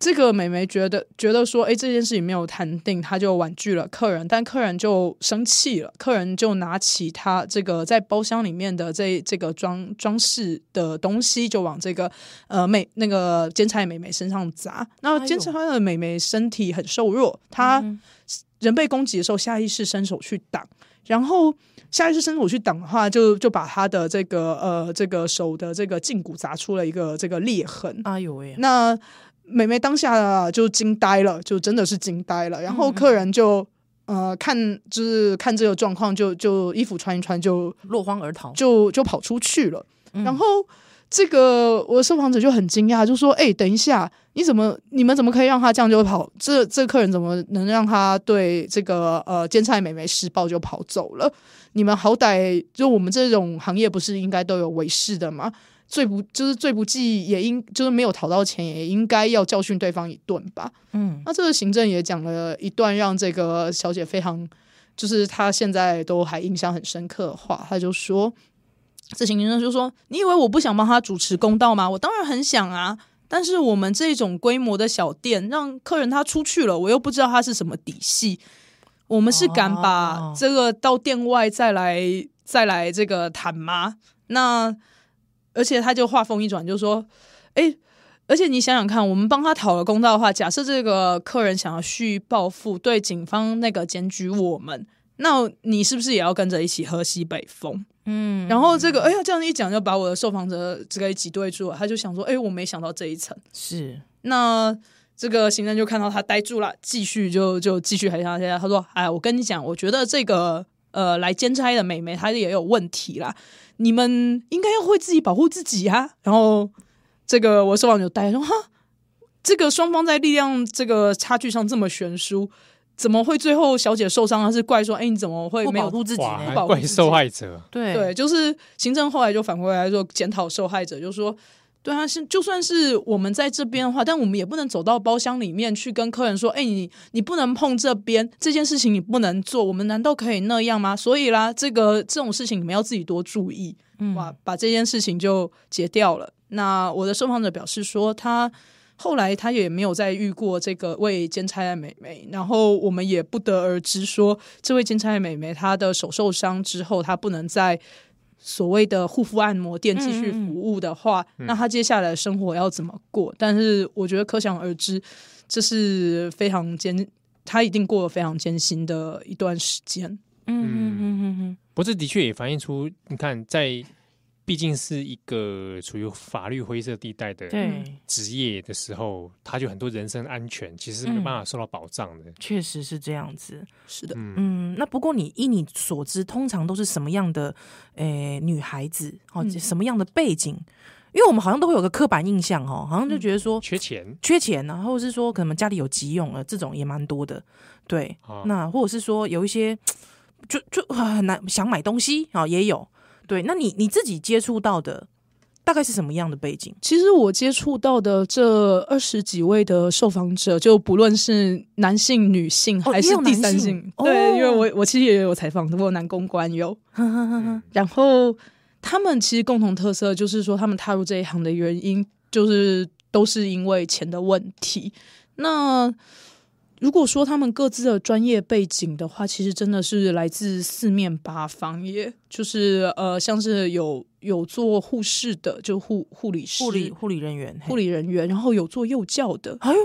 [SPEAKER 3] 这个美眉觉得觉得说，哎，这件事情没有谈定，她就婉拒了客人，但客人就生气了，客人就拿起他这个在包厢里面的这这个装装饰的东西，就往这个呃美那个兼差美眉身上砸。那
[SPEAKER 1] 哎呦嗯
[SPEAKER 3] 兼差的美眉身体很瘦弱，她人被攻击的时候，下意识伸手去挡，然后下意识伸手去挡的话，就就把她的这个呃这个手的这个胫骨砸出了一个这个裂痕。
[SPEAKER 1] 哎呦喂，
[SPEAKER 3] 那美眉当下就惊呆了，就真的是惊呆了。然后客人就呃看，就是看这个状况，就就衣服穿一穿就，
[SPEAKER 1] 落荒而逃，
[SPEAKER 3] 就就跑出去了。
[SPEAKER 1] 嗯
[SPEAKER 3] 然后这个我的受访者就很惊讶，就说：“哎、等一下，你怎么你们怎么可以让他这样就跑？这这客人怎么能让他对这个呃兼差美眉施暴就跑走了？你们好歹就我们这种行业不是应该都有为师的吗？”最不就是最不济也应就是没有讨到钱也应该要教训对方一顿吧。
[SPEAKER 1] 嗯，
[SPEAKER 3] 那这个行政也讲了一段让这个小姐非常，就是她现在都还印象很深刻的话，她就说，这行政就说：“你以为我不想帮她主持公道吗？我当然很想啊。”但是我们这种规模的小店，让客人他出去了，我又不知道他是什么底细。我们是敢把
[SPEAKER 1] 哦
[SPEAKER 3] 这个到店外再来再来这个谈吗？那而且他就话锋一转，就说：“哎，而且你想想看，我们帮他讨了公道的话，假设这个客人想要蓄意报复，对警方那个检举我们，那你是不是也要跟着一起喝西北风？
[SPEAKER 1] 嗯，
[SPEAKER 3] 然后这个，哎呀，这样一讲就把我的受访者这个挤兑住了，他就想说，哎，我没想到这一层。
[SPEAKER 1] 是，
[SPEAKER 3] 那这个行政就看到他呆住了，继续就就继续还下去。他说：“哎，我跟你讲，我觉得这个呃来兼差的美眉她也有问题啦，你们应该要会自己保护自己啊。”然后这个我受访者呆了说：“哈，这个双方在力量这个差距上这么悬殊，怎么会最后小姐受伤？还是怪说，哎，你怎么会
[SPEAKER 1] 不
[SPEAKER 3] 没
[SPEAKER 1] 保
[SPEAKER 3] 有
[SPEAKER 1] 护自己
[SPEAKER 2] 哇，
[SPEAKER 1] 呢
[SPEAKER 2] 还
[SPEAKER 3] 保护
[SPEAKER 2] 怪
[SPEAKER 3] 自己
[SPEAKER 2] 受害者，
[SPEAKER 1] 对
[SPEAKER 3] 对，就是行政后来就反过来说检讨受害者，就说。对啊，是就算是我们在这边的话，但我们也不能走到包厢里面去跟客人说：“哎，你你不能碰这边，这件事情你不能做。”我们难道可以那样吗？所以啦，这个这种事情你们要自己多注意。
[SPEAKER 1] 嗯
[SPEAKER 3] 哇，把这件事情就结掉了。那我的受访者表示说，他后来他也没有再遇过这个位兼差的美眉，然后我们也不得而知说，这位兼差的美眉她的手受伤之后，她不能在所谓的护肤按摩店继续服务的话，那她接下来的生活要怎么过？但是我觉得可想而知，这是非常艰，她一定过了非常艰辛的一段时间。
[SPEAKER 1] 嗯嗯嗯嗯嗯，
[SPEAKER 2] 不是的确也反映出，你看在毕竟是一个处于法律灰色地带的
[SPEAKER 3] 嗯
[SPEAKER 1] 对，
[SPEAKER 2] 职业的时候，他就很多人身安全其实是没
[SPEAKER 1] 嗯
[SPEAKER 2] 办法受到保障的。
[SPEAKER 1] 确实是这样子。
[SPEAKER 3] 是的，
[SPEAKER 2] 嗯，
[SPEAKER 1] 嗯，那不过你依你所知，通常都是什么样的诶、女孩子哦，
[SPEAKER 3] 嗯
[SPEAKER 1] 什么样的背景？因为我们好像都会有个刻板印象哦，好
[SPEAKER 3] 嗯
[SPEAKER 1] 像就觉得说
[SPEAKER 2] 缺钱
[SPEAKER 1] 缺钱啊，或者是说可能家里有急用啊，这种也蛮多的。对，
[SPEAKER 2] 啊，
[SPEAKER 1] 那或者是说有一些就就很难想买东西啊、也有。对，那你你自己接触到的大概是什么样的背景？
[SPEAKER 3] 其实我接触到的这二十几位的受访者，就不论是男性、女性
[SPEAKER 1] 哦
[SPEAKER 3] 还
[SPEAKER 1] 也
[SPEAKER 3] 是
[SPEAKER 1] 有
[SPEAKER 3] 第
[SPEAKER 1] 男
[SPEAKER 3] 三
[SPEAKER 1] 性
[SPEAKER 3] 性，
[SPEAKER 1] 哦
[SPEAKER 3] 对，因为我我其实也有采访过男公关有，
[SPEAKER 1] 哼哼哼哼
[SPEAKER 2] 嗯
[SPEAKER 3] 然后他们其实共同特色就是说，他们踏入这一行的原因就是都是因为钱的问题。那如果说他们各自的专业背景的话，其实真的是来自四面八方耶，也就是呃，像是有有做护士的，就护护理 师、
[SPEAKER 1] 护理护理人员，嘿
[SPEAKER 3] 护理人员，然后有做幼教的，
[SPEAKER 1] 哎呦，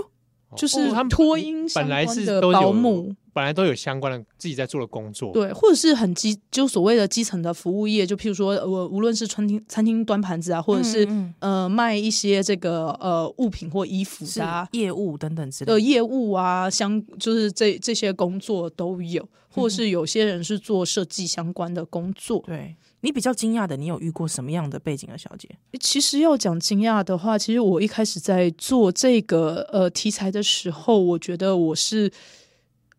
[SPEAKER 3] 就是
[SPEAKER 2] 哦他们
[SPEAKER 3] 托婴相
[SPEAKER 2] 本来
[SPEAKER 3] 关
[SPEAKER 2] 是
[SPEAKER 3] 的
[SPEAKER 2] 都
[SPEAKER 3] 保
[SPEAKER 2] 有
[SPEAKER 3] 姆，
[SPEAKER 2] 本来都有相关的自己在做的工作，
[SPEAKER 3] 对，或者是很基就所谓的基层的服务业，就譬如说呃我无论是餐厅餐厅端盘子啊，或者是、
[SPEAKER 1] 嗯嗯
[SPEAKER 3] 呃卖一些这个呃物品或衣服
[SPEAKER 1] 是
[SPEAKER 3] 的啊
[SPEAKER 1] 业务等等之类
[SPEAKER 3] 的
[SPEAKER 1] 的，
[SPEAKER 3] 业务啊，相就是这这些工作都有，
[SPEAKER 1] 嗯
[SPEAKER 3] 或者是有些人是做设计相关的工作。
[SPEAKER 1] 对你比较惊讶的，你有遇过什么样的背景的小姐？
[SPEAKER 3] 其实要讲惊讶的话，其实我一开始在做这个呃题材的时候，我觉得我是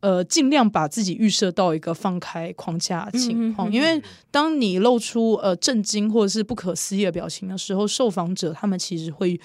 [SPEAKER 3] 呃尽量把自己预设到一个放开框架的情
[SPEAKER 1] 嗯
[SPEAKER 3] 况，
[SPEAKER 1] 嗯嗯
[SPEAKER 3] 因为当你露出呃震惊或者是不可思议的表情的时候，受访者他们其实会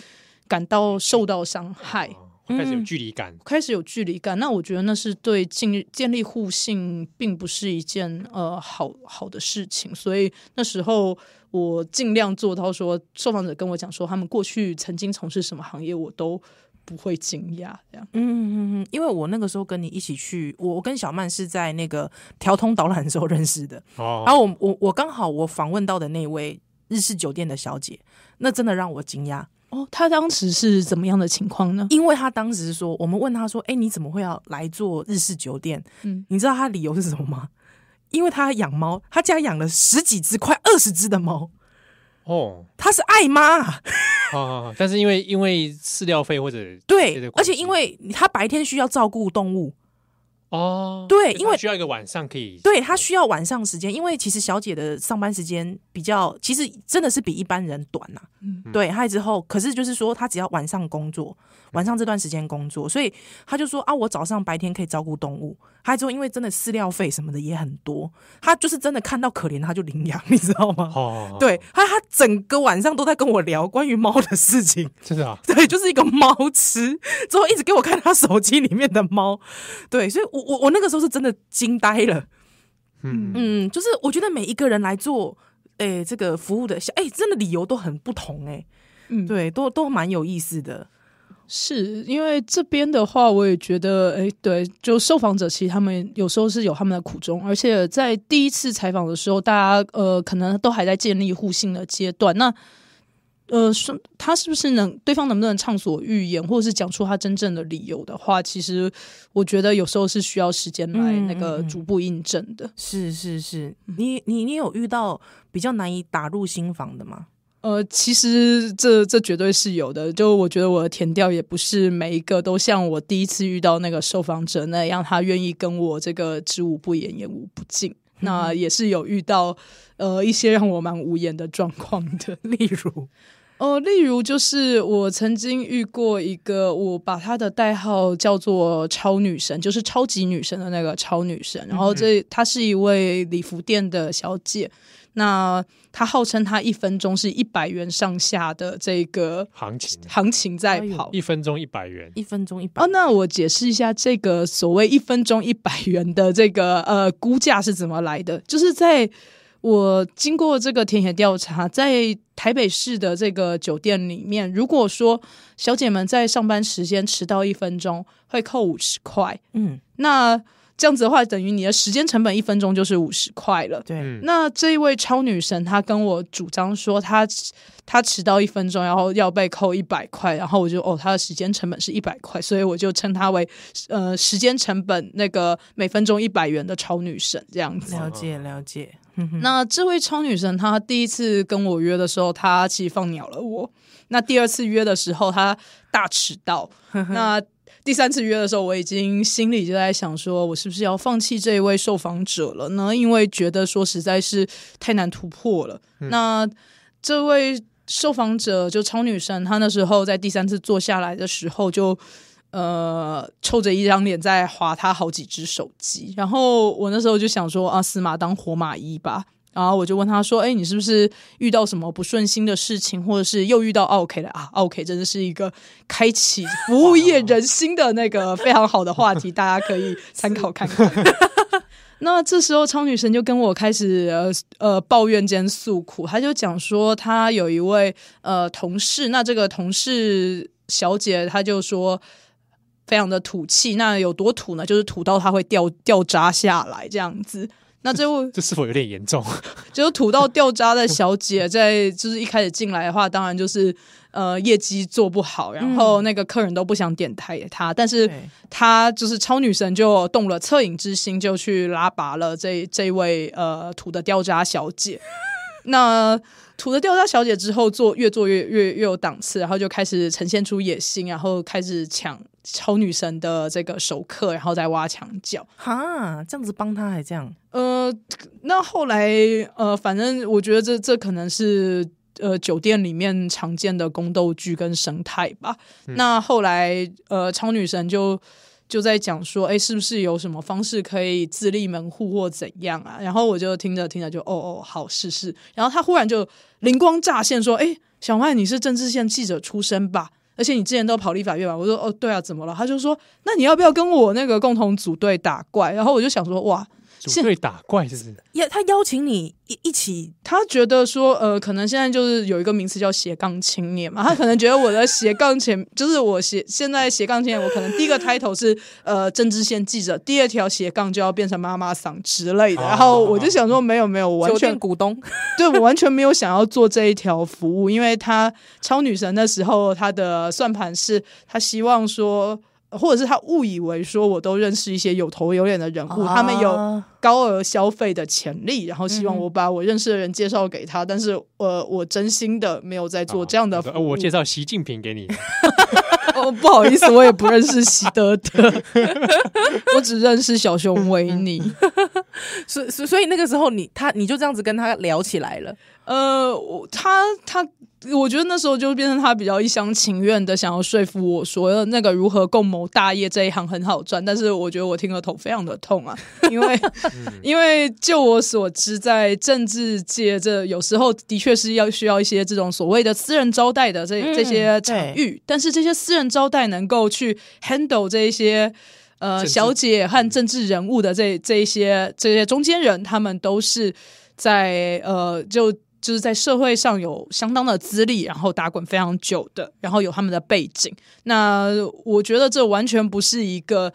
[SPEAKER 3] 感到受到伤害。
[SPEAKER 2] 哦，会开始有
[SPEAKER 1] 嗯
[SPEAKER 2] 距离感，
[SPEAKER 3] 开始有距离感，那我觉得那是对建建立互信，并不是一件呃好好的事情。所以那时候我尽量做到说，受访者跟我讲说，他们过去曾经从事什么行业，我都不会惊讶。这样，
[SPEAKER 1] 嗯嗯嗯，因为我那个时候跟你一起去，我我跟小曼是在那个调通导览的时候认识的，
[SPEAKER 2] 哦，
[SPEAKER 1] 然后我我我刚嗯好我访问到的那位日式酒店的小姐，那真的让我惊讶，
[SPEAKER 3] 哦，他当时是怎么样的情况呢？
[SPEAKER 1] 因为她当时说，我们问她说，哎、你怎么会要来做日式酒店？
[SPEAKER 3] 嗯，
[SPEAKER 1] 你知道她理由是什么吗？因为她养猫，她家养了十几只，快二十只的猫，
[SPEAKER 2] 哦，
[SPEAKER 1] 她是爱妈啊、
[SPEAKER 2] 好好好，但是因为因为饲料费或者这
[SPEAKER 1] 对
[SPEAKER 2] 个，关
[SPEAKER 1] 而
[SPEAKER 2] 系
[SPEAKER 1] 且因为她白天需要照顾动物，
[SPEAKER 2] 哦，
[SPEAKER 1] 对
[SPEAKER 2] 所以
[SPEAKER 1] 因为
[SPEAKER 2] 他需要一个晚上可以，
[SPEAKER 1] 对她需要晚上时间，因为其实小姐的上班时间比较，其实真的是比一般人短呐、
[SPEAKER 3] 嗯
[SPEAKER 1] 对，她之后，可是就是说，她只要晚上工作，晚上这段时间工作，所以她就说啊，我早上白天可以照顾动物。她之后因为真的饲料费什么的也很多，她就是真的看到可怜她就领养，你知道吗？
[SPEAKER 2] 哦，，
[SPEAKER 1] 对，她她整个晚上都在跟我聊关于猫的事情。
[SPEAKER 2] 真的啊，
[SPEAKER 1] 对，就是一个猫痴，之后一直给我看他手机里面的猫，对，所以我我我那个时候是真的惊呆了，
[SPEAKER 2] 嗯，
[SPEAKER 1] 嗯，就是我觉得每一个人来做，诶、这个服务的小，诶、真的理由都很不同、诶，
[SPEAKER 3] 嗯，
[SPEAKER 1] 对，都都蛮有意思的，
[SPEAKER 3] 是因为这边的话，我也觉得，哎，对，就受访者其实他们有时候是有他们的苦衷，而且在第一次采访的时候，大家呃可能都还在建立互信的阶段，那。呃，说他是不是能对方能不能畅所欲言，或者是讲出他真正的理由的话，其实我觉得有时候是需要时间来
[SPEAKER 1] 嗯
[SPEAKER 3] 那个
[SPEAKER 1] 嗯嗯
[SPEAKER 3] 逐步印证的。
[SPEAKER 1] 是是是，你你你有遇到比较难以打入心房的吗？
[SPEAKER 3] 呃，其实这这绝对是有的。就我觉得我的填调也不是每一个都像我第一次遇到那个受访者那样，他愿意跟我这个知无不言，言无不尽。那也是有遇到呃一些让我蛮无言的状况的。
[SPEAKER 1] 例如，
[SPEAKER 3] 哦，例如就是我曾经遇过一个，我把她的代号叫做“超女神”，就是超级女神的那个超女神。然
[SPEAKER 2] 嗯
[SPEAKER 3] 后这她是一位礼服店的小姐，那她号称她一分钟是一百元上下的这个
[SPEAKER 2] 行情
[SPEAKER 3] 行情在跑。
[SPEAKER 2] 一分钟一百元，
[SPEAKER 1] 一分钟一百
[SPEAKER 3] 哦，，那我解释一下这个所谓一分钟一百元的这个呃估价是怎么来的，就是在我经过这个田野调查，在台北市的这个酒店里面，如果说小姐们在上班时间迟到一分钟，会扣五十块，
[SPEAKER 1] 嗯，
[SPEAKER 3] 那这样子的话，等于你的时间成本一分钟就是五十块了。
[SPEAKER 1] 对，
[SPEAKER 2] 嗯，
[SPEAKER 3] 那这一位超女神，她跟我主张说她，她迟到一分钟，然后要被扣一百块，然后我就哦，她的时间成本是一百块，所以我就称她为呃时间成本那个每分钟一百元的超女神这样子。
[SPEAKER 1] 了解了解，嗯哼
[SPEAKER 3] 那这位超女神，她第一次跟我约的时候，她其实放鸟了我。那第二次约的时候，她大迟 到。那第三次约的时候，我已经心里就在想说，我是不是要放弃这一位受访者了呢？因为觉得说实在是太难突破了。
[SPEAKER 1] 嗯
[SPEAKER 3] 那这位受访者就超女神，她那时候在第三次坐下来的时候就。呃，臭着一张脸在划她好几只手机，然后我那时候就想说啊，死马当活马医吧。然后我就问她说：“哎，你是不是遇到什么不顺心的事情，或者是又遇到 OK 了啊？OK 真的是一个开启服务业人心的那个非常好的话题，大家可以参考看看。” 那这时候超女神就跟我开始呃呃抱怨兼诉苦，她就讲说她有一位呃同事，那这个同事小姐她就说。非常的土气，那有多土呢？就是土到它会掉掉渣下来这样子。那这位
[SPEAKER 2] 这是否有点严重？
[SPEAKER 3] 就是土到掉渣的小姐，在就是一开始进来的话，当然就是呃业绩做不好，然后那个客人都不想点台她，但是
[SPEAKER 1] 对
[SPEAKER 3] 她就是超女神就动了恻隐之心，就去拉拔了这这位呃土的掉渣小姐。 那土的掉渣小姐之后做越做越越越有档次，然后就开始呈现出野心，然后开始抢超女神的这个熟客，然后再挖墙脚。
[SPEAKER 1] 哈，这样子帮他还这样，
[SPEAKER 3] 呃，那后来呃，反正我觉得这这可能是呃酒店里面常见的宫斗剧跟生态吧。那后来呃，超女神就就在讲说，哎，是不是有什么方式可以自立门户或怎样啊？然后我就听着听着就哦哦好试试。然后他忽然就灵光乍现说，哎，小麦你是政治线记者出身吧？而且你之前都跑立法院吧？我说哦，对啊，怎么了？他就说，那你要不要跟我那个共同组队打怪？然后我就想说，哇，
[SPEAKER 2] 组队打怪是不是？
[SPEAKER 1] 也他邀请你一一起，
[SPEAKER 3] 他觉得说，呃，可能现在就是有一个名词叫斜杠青年嘛，他可能觉得我的斜杠前， 就是我斜现在斜杠青年，我可能第一个 title 是呃政治线记者，第二条斜杠就要变成妈妈桑之类的，
[SPEAKER 2] 哦
[SPEAKER 3] 然后我就想说，没有没有，我完
[SPEAKER 1] 酒
[SPEAKER 3] 全
[SPEAKER 1] 店股 东，
[SPEAKER 3] 对我完全没有想要做这一条服务，因为她超女神的时候，她的算盘是她希望说，或者是她误以为说我都认识一些有头有脸的人物，
[SPEAKER 1] 啊
[SPEAKER 3] 他们有高额消费的潜力，然后希望我把我认识的人介绍给她，但是呃，我真心的没有在做这样的服务。
[SPEAKER 2] 呃我介绍习近平给你，
[SPEAKER 3] 哦，不好意思，我也不认识习德德， 我只认识小熊维尼。
[SPEAKER 1] 所所所以那个时候你他你就这样子跟他聊起来了，
[SPEAKER 3] 呃，我他他，我觉得那时候就变成他比较一厢情愿的想要说服我说那个如何共谋大业这一行很好赚，但是我觉得我听了头非常的痛啊，因为因为就我所知，在政治界这有时候的确是要需要一些这种所谓的私人招待的这、
[SPEAKER 1] 嗯
[SPEAKER 3] 这些场域，但是这些私人招待能够去 handle 这一些。呃，
[SPEAKER 2] 政治嗯
[SPEAKER 3] 小姐和政治人物的这这一些这些中间人，他们都是在呃，就就是在社会上有相当的资历，然后打滚非常久的，然后有他们的背景。那我觉得这完全不是一个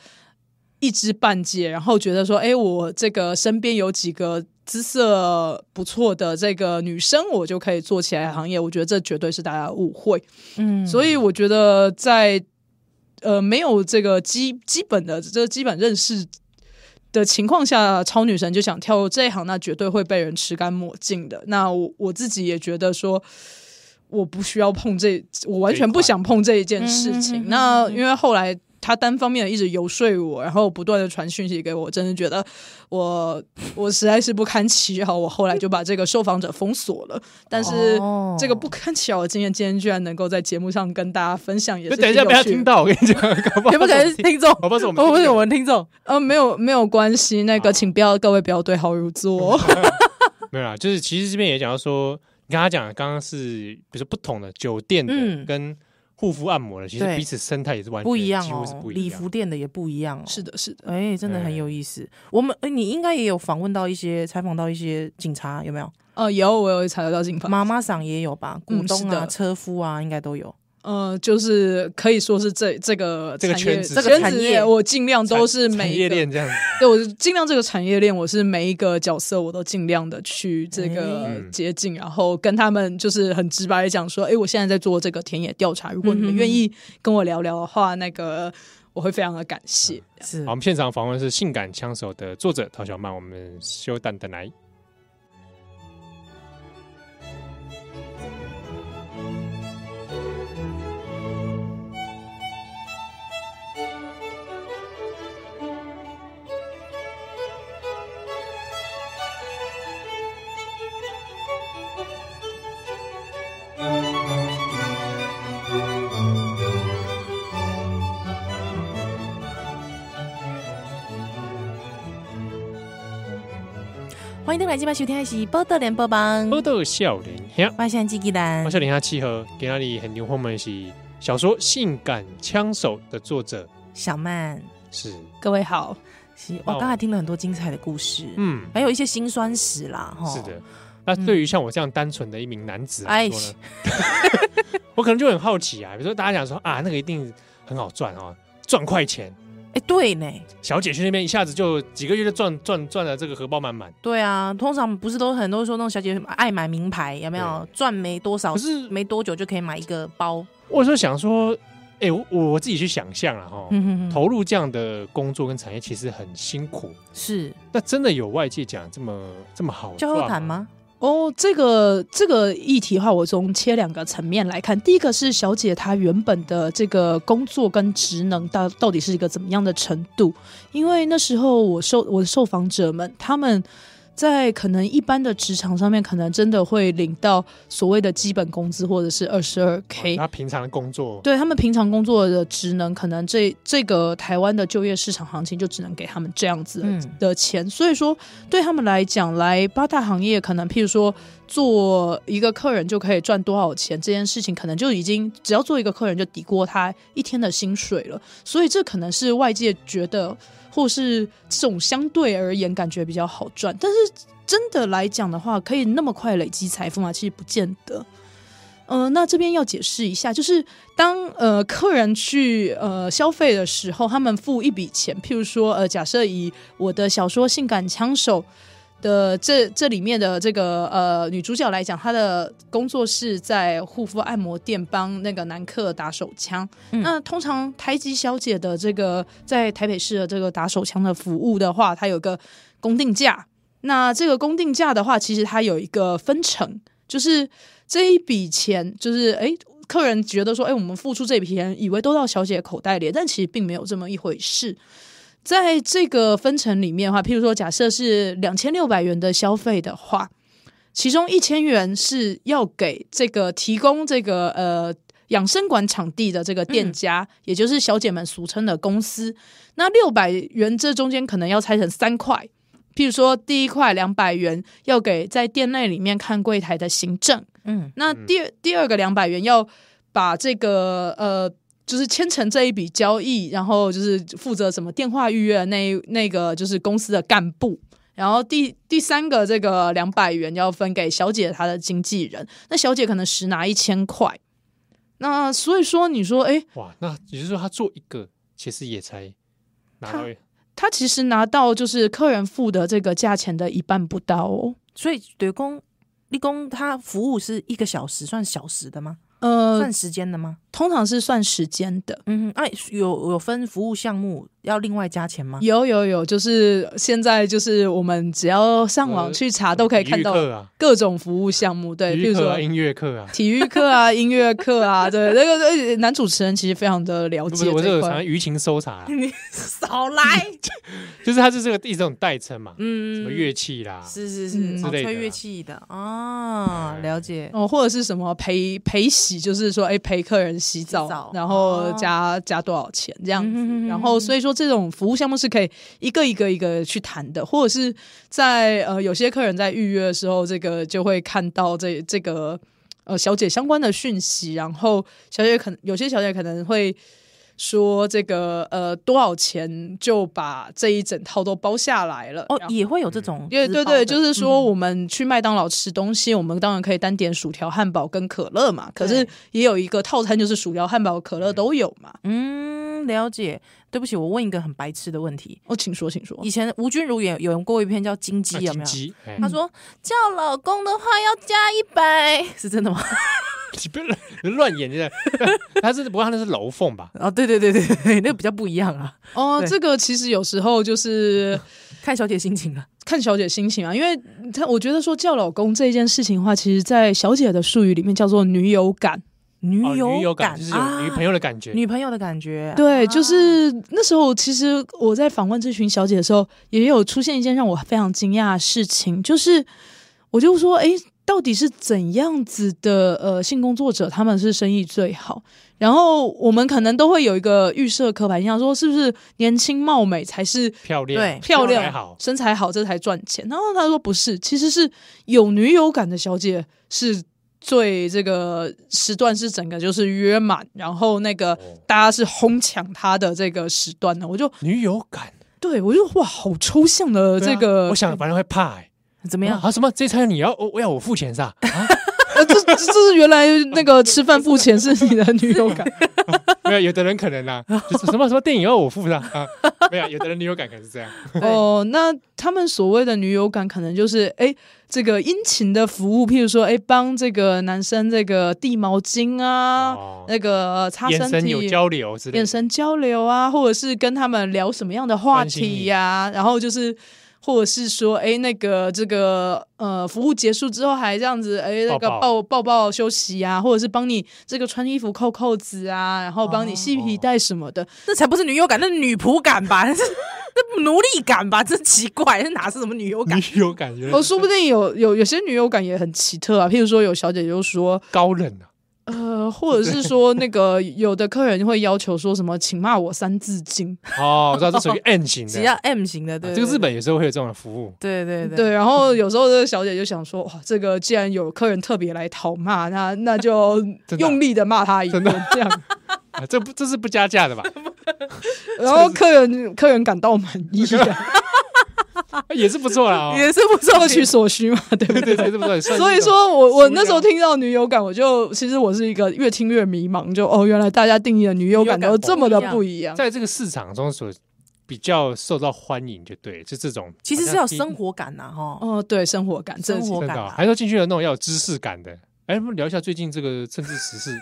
[SPEAKER 3] 一知半解，然后觉得说，哎，我这个身边有几个姿色不错的这个女生，我就可以做起来的行业。我觉得这绝对是大家的误会。
[SPEAKER 1] 嗯，
[SPEAKER 3] 所以我觉得在呃没有这个基基本的这个基本认识的情况下，超女神就想跳入这一行，那绝对会被人吃干抹净的。那我我自己也觉得说。我不需要碰这，我完全不想碰这一件事
[SPEAKER 1] 这一块
[SPEAKER 3] 情。
[SPEAKER 1] 嗯
[SPEAKER 3] 那因为后来他单方面的一直游说我，然后不断的传讯息给我，真的觉得我我实在是不堪其扰，我后来就把这个受访者封锁了。但是
[SPEAKER 1] 哦
[SPEAKER 3] 这个不堪其扰的经验，今天居然能够在节目上跟大家分享，也
[SPEAKER 2] 就是等一下
[SPEAKER 3] 挺
[SPEAKER 2] 被
[SPEAKER 3] 有
[SPEAKER 2] 他
[SPEAKER 3] 趣的
[SPEAKER 2] 听到，我跟你讲，搞不好
[SPEAKER 1] 有没有可能是听众？
[SPEAKER 2] 搞不好 是我们
[SPEAKER 1] 会不会是我们听众？
[SPEAKER 3] 呃，没有没有关系，那个请不要各位不要对号入
[SPEAKER 2] 嗯
[SPEAKER 3] 座。
[SPEAKER 2] 没有啦，就是其实这边也讲到说，你刚刚讲的刚刚是比如说不同的酒店的
[SPEAKER 1] 嗯
[SPEAKER 2] 跟护肤按摩的，其实
[SPEAKER 1] 对
[SPEAKER 2] 彼此生态也是完全
[SPEAKER 1] 不一样
[SPEAKER 2] 几乎是
[SPEAKER 1] 哦
[SPEAKER 2] 不，一
[SPEAKER 1] 礼
[SPEAKER 2] 样
[SPEAKER 1] 服。店的也不一样哦。
[SPEAKER 3] 是的，是的，
[SPEAKER 1] 哎、真的很有意思。我们，哎你应该也有访问到一些，采访到一些警察，有没有？
[SPEAKER 3] 呃，有我有查得到警方，
[SPEAKER 1] 妈妈桑也有吧，股
[SPEAKER 3] 嗯
[SPEAKER 1] 东
[SPEAKER 3] 是
[SPEAKER 1] 啊、
[SPEAKER 3] 的
[SPEAKER 1] 车夫啊，应该都有。
[SPEAKER 3] 呃，就是可以说是这这个
[SPEAKER 2] 这个
[SPEAKER 3] 产
[SPEAKER 2] 圈
[SPEAKER 3] 业
[SPEAKER 2] 子
[SPEAKER 1] 这个产业
[SPEAKER 3] 我尽量都是
[SPEAKER 2] 产
[SPEAKER 3] 每
[SPEAKER 2] 产
[SPEAKER 3] 一
[SPEAKER 2] 业
[SPEAKER 3] 个
[SPEAKER 2] 链这样子，
[SPEAKER 3] 对，我是尽量这个产业链，我是每一个角色我都尽量的去这个
[SPEAKER 2] 嗯
[SPEAKER 3] 接近，然后跟他们就是很直白的讲说，哎，我现在在做这个田野调查，如果你
[SPEAKER 1] 嗯
[SPEAKER 3] 们
[SPEAKER 1] 哼
[SPEAKER 3] 愿意跟我聊聊的话，那个我会非常的感谢。
[SPEAKER 1] 是
[SPEAKER 2] 好，我们现场访问是《性感枪手》的作者陶小曼，我们休蛋的来。
[SPEAKER 1] 欢迎登来今晚收听的是《报道联播榜
[SPEAKER 2] 喝》，豆笑脸呀，
[SPEAKER 1] 我是基基兰
[SPEAKER 2] 我。笑脸下契合，给那里很牛后面是小说《性感枪手》的作者
[SPEAKER 1] 小曼，
[SPEAKER 2] 是
[SPEAKER 3] 各位好，
[SPEAKER 1] 是
[SPEAKER 2] 哦
[SPEAKER 1] 我刚才听了很多精彩的故事，
[SPEAKER 2] 嗯，
[SPEAKER 1] 还有一些辛酸史啦，哈。
[SPEAKER 2] 是的。那对于像我这样单纯的一名男子来
[SPEAKER 1] 哎
[SPEAKER 2] 说呢， 我可能就很好奇啊。比如说大家讲说啊，那个一定很好赚哦，赚快钱。
[SPEAKER 1] 哎，对呢，
[SPEAKER 2] 小姐去那边一下子就几个月就赚赚赚了，这个荷包满满。
[SPEAKER 1] 对啊，通常不是都很多人说那种小姐爱买名牌，有没有？赚没多少
[SPEAKER 2] 可，是
[SPEAKER 1] 没多久就可以买一个包。
[SPEAKER 2] 我就想说，哎、我我我自己去想象了哈，
[SPEAKER 1] 嗯哼哼，
[SPEAKER 2] 投入这样的工作跟产业其实很辛苦。
[SPEAKER 1] 是
[SPEAKER 2] 那真的有外界讲这么这么好
[SPEAKER 1] 交友
[SPEAKER 2] 赚
[SPEAKER 1] 谈？吗？
[SPEAKER 3] 哦，这个这个议题的话，我从切两个层面来看。第一个是小姐她原本的这个工作跟职能到到底是一个怎么样的程度？因为那时候我受我的受访者们，他们在可能一般的职场上面，可能真的会领到所谓的基本工资或者是二十二 k。
[SPEAKER 2] 他平常的工作，
[SPEAKER 3] 对他们平常工作的职能，可能这这个台湾的就业市场行情就只能给他们这样子的
[SPEAKER 1] 嗯
[SPEAKER 3] 的钱，所以说对他们来讲，来八大行业可能，譬如说做一个客人就可以赚多少钱这件事情，可能就已经只要做一个客人就抵过他一天的薪水了，所以这可能是外界觉得或是这种相对而言感觉比较好赚，但是真的来讲的话，可以那么快累积财富吗？其实不见得。呃，那这边要解释一下，就是当呃客人去呃消费的时候，他们付一笔钱，譬如说呃，假设以我的小说《性感枪手》的这这里面的这个呃女主角来讲，她的工作是在护肤按摩店帮那个男客打手枪。
[SPEAKER 1] 嗯
[SPEAKER 3] 那通常台籍小姐的这个在台北市的这个打手枪的服务的话，它有一个公定价。那这个公定价的话，其实它有一个分成，就是这一笔钱，就是诶客人觉得说，诶我们付出这笔钱，以为都到小姐口袋里，但其实并没有这么一回事。在这个分成里面的话，譬如说，假设是两千六百元的消费的话，其中一千元是要给这个提供这个呃养生馆场地的这个店家，也就是小姐们俗称的公司。那六百元这中间可能要拆成三块，譬如说第一块两百元要给在店内里面看柜台的行政，
[SPEAKER 1] 嗯，
[SPEAKER 3] 那第二第二个两百元要把这个呃，就是签成这一笔交易，然后就是负责什么电话预约的那一那个就是公司的干部。然后第第三个这个两百元要分给小姐她的经纪人，那小姐可能实拿一千块。那所以说，你说，哎，
[SPEAKER 2] 哇，那也就是说他做一个，其实也才拿到
[SPEAKER 3] 她其实拿到就是客人付的这个价钱的一半不到哦。
[SPEAKER 1] 所以对公立公他服务是一个小时，算小时的吗？
[SPEAKER 3] 呃
[SPEAKER 1] 算，时间的吗？
[SPEAKER 3] 通常是算时间的。
[SPEAKER 1] 嗯哼，哎、有有分服务项目要另外加钱吗？
[SPEAKER 3] 有有有，就是现在就是我们只要上网
[SPEAKER 2] 呃
[SPEAKER 3] 去查，都可以
[SPEAKER 2] 体
[SPEAKER 3] 看
[SPEAKER 2] 育
[SPEAKER 3] 到
[SPEAKER 2] 课啊，
[SPEAKER 3] 各种服务项目，对，
[SPEAKER 2] 体
[SPEAKER 3] 比
[SPEAKER 2] 育
[SPEAKER 3] 如
[SPEAKER 2] 课
[SPEAKER 3] 说
[SPEAKER 2] 啊，音乐课 啊，
[SPEAKER 3] 体育课啊、音乐课啊，对，那个呃男主持人其实非常的了
[SPEAKER 2] 不
[SPEAKER 3] 解
[SPEAKER 2] 是我这
[SPEAKER 3] 这一
[SPEAKER 2] 个常
[SPEAKER 3] 块
[SPEAKER 2] 常。舆情搜查啦，啊
[SPEAKER 1] 你 少来，
[SPEAKER 2] 就是它是这个一种代称嘛， 什
[SPEAKER 1] 嗯
[SPEAKER 2] 么乐器啦，
[SPEAKER 1] 是是是，
[SPEAKER 3] 嗯
[SPEAKER 1] 哦
[SPEAKER 2] 之类的啊
[SPEAKER 1] 吹乐器的啊，
[SPEAKER 2] 哎
[SPEAKER 1] 了解。
[SPEAKER 3] 哦，或者是什么陪陪洗，就是说，哎，陪客人洗澡，
[SPEAKER 1] 洗澡
[SPEAKER 3] 然后
[SPEAKER 1] 哦
[SPEAKER 3] 加、加多少钱这样子，
[SPEAKER 1] 嗯
[SPEAKER 3] 然后所以说这种服务项目是可以一个一个一个去谈的，或者是在呃有些客人在预约的时候，这个就会看到这这个呃小姐相关的讯息，然后小姐可能有些小姐可能会说这个呃多少钱就把这一整套都包下来了
[SPEAKER 1] 哦
[SPEAKER 3] 然，后
[SPEAKER 1] 也会有这种
[SPEAKER 3] 因为
[SPEAKER 1] 直
[SPEAKER 3] 对
[SPEAKER 1] 包
[SPEAKER 3] 对，
[SPEAKER 1] 的嗯
[SPEAKER 3] 就是说我们去麦当劳吃东西，我们当然可以单点薯条、汉堡跟可乐嘛。可是
[SPEAKER 1] 对
[SPEAKER 3] 也有一个套餐，就是薯条、汉堡、可乐都有嘛。
[SPEAKER 1] 嗯，了解。对不起，我问一个很白痴的问题。
[SPEAKER 3] 哦，请说，请说。
[SPEAKER 1] 以前吴君如也有演过一篇叫《啊金鸡》，有没嗯有？
[SPEAKER 2] 鸡，哎
[SPEAKER 1] 她说叫老公的话要加一百， 是真的吗？
[SPEAKER 2] 你不要乱乱演，这 他是不过他那是楼凤吧？
[SPEAKER 1] 哦，对对对对对，那个比较不一样啊，
[SPEAKER 3] 哦，
[SPEAKER 1] 对
[SPEAKER 3] 这个其实有时候就是
[SPEAKER 1] 看小姐心情了。
[SPEAKER 3] 看小姐心情啊，因为她我觉得说叫老公这件事情的话，其实在小姐的术语里面叫做女友感。
[SPEAKER 1] 女
[SPEAKER 2] 哦，女友
[SPEAKER 1] 感
[SPEAKER 2] 感就是有女朋
[SPEAKER 1] 友、
[SPEAKER 2] 友的感觉，
[SPEAKER 1] 女朋友的感觉，
[SPEAKER 3] 对，
[SPEAKER 1] 啊
[SPEAKER 3] 就是那时候，其实我在访问这群小姐的时候，也有出现一件让我非常惊讶的事情，就是我就说，诶，到底是怎样子的呃性工作者他们是生意最好？然后我们可能都会有一个预设刻板印象，说是不是年轻貌美才是
[SPEAKER 2] 漂亮，
[SPEAKER 1] 对
[SPEAKER 3] 漂
[SPEAKER 2] 身
[SPEAKER 3] 亮
[SPEAKER 2] 材好
[SPEAKER 3] 身材好这才赚钱？然后他说不是，其实是有女友感的小姐是。最这个时段是整个就是约满，然后那个
[SPEAKER 2] 哦
[SPEAKER 3] 大家是哄抢她的这个时段呢，我就
[SPEAKER 2] 女友感，
[SPEAKER 3] 对我就哇，好抽象的
[SPEAKER 2] 对啊
[SPEAKER 3] 这个，
[SPEAKER 2] 我想反正会怕哎，
[SPEAKER 1] 怎
[SPEAKER 2] 怎
[SPEAKER 1] 么样？
[SPEAKER 2] 啊？什么这餐你要我我要我付钱是吧？啊，
[SPEAKER 3] 呃，这这这是原来那个吃饭付钱是你的女友 感，
[SPEAKER 2] 没有，有的人可能啦，就是什么什么电影要我付的啊，没有，有的人女友感可能是这样，
[SPEAKER 3] 哦，那他们所谓的女友感，可能就是哎，这个殷勤的服务，譬如说哎，帮这个男生这个递毛巾啊，
[SPEAKER 2] 哦，
[SPEAKER 3] 那个擦
[SPEAKER 2] 眼
[SPEAKER 3] 身
[SPEAKER 2] 神
[SPEAKER 3] 体，
[SPEAKER 2] 有交流之类的，
[SPEAKER 3] 眼神交流啊，或者是跟他们聊什么样的话
[SPEAKER 2] 关心
[SPEAKER 3] 题呀、然后就是。或者是说，哎，那个这个呃，服务结束之后还这样子，哎，那个
[SPEAKER 2] 抱抱
[SPEAKER 3] 抱抱抱休息啊，或者是帮你这个穿衣服扣扣子啊，然后帮你系
[SPEAKER 2] 哦
[SPEAKER 3] 皮带什么的，
[SPEAKER 1] 那才不是女友感，那是女仆感吧？那 是那奴隶感吧？真奇怪，那哪是什么女友感？
[SPEAKER 2] 女友感觉
[SPEAKER 3] 哦，说不定有有有些女友感也很奇特啊，譬如说有小姐就说，
[SPEAKER 2] 高冷啊，
[SPEAKER 3] 呃，或者是说那个有的客人会要求说什么，请骂我三字经，
[SPEAKER 2] 哦，我知道这属于 N 型
[SPEAKER 1] 只要
[SPEAKER 2] 的，啊
[SPEAKER 1] M 型的，对，
[SPEAKER 2] 这个
[SPEAKER 1] 对
[SPEAKER 2] 日，本有时候会有这种服务，
[SPEAKER 1] 对对对
[SPEAKER 3] 对，然后有时候这个小姐就想说，哇，这个既然有客人特别来讨骂，那那就
[SPEAKER 2] 真的
[SPEAKER 3] 用力的骂他一顿这样，
[SPEAKER 2] 啊，这不这是不加价的吧？
[SPEAKER 3] 然后客人客人感到满意、啊，
[SPEAKER 2] 也是不错啦，哦
[SPEAKER 1] 也是不错
[SPEAKER 3] 各。取所需嘛，对不
[SPEAKER 2] 对对
[SPEAKER 3] 对？
[SPEAKER 2] 对，这不错，算是
[SPEAKER 3] 所以
[SPEAKER 2] 一种
[SPEAKER 3] 说我
[SPEAKER 2] 塑
[SPEAKER 3] 我
[SPEAKER 2] 料
[SPEAKER 3] 那时候听到女友感，我就其实我是一个越听越迷茫，就哦，原来大家定义的女友感
[SPEAKER 1] 女友感
[SPEAKER 3] 都这么的不一样。
[SPEAKER 2] 在这个市场中所比较受到欢迎，就对，就这种
[SPEAKER 1] 其实是要生
[SPEAKER 2] 活
[SPEAKER 1] 活感呐，哈，
[SPEAKER 3] 哦，对，生活感，
[SPEAKER 1] 生
[SPEAKER 3] 这
[SPEAKER 1] 活
[SPEAKER 2] 真
[SPEAKER 1] 感
[SPEAKER 2] 的哦，
[SPEAKER 1] 啊
[SPEAKER 2] 还，说进去的那种要有知识感的。哎，我们聊一下最近这个政治时事，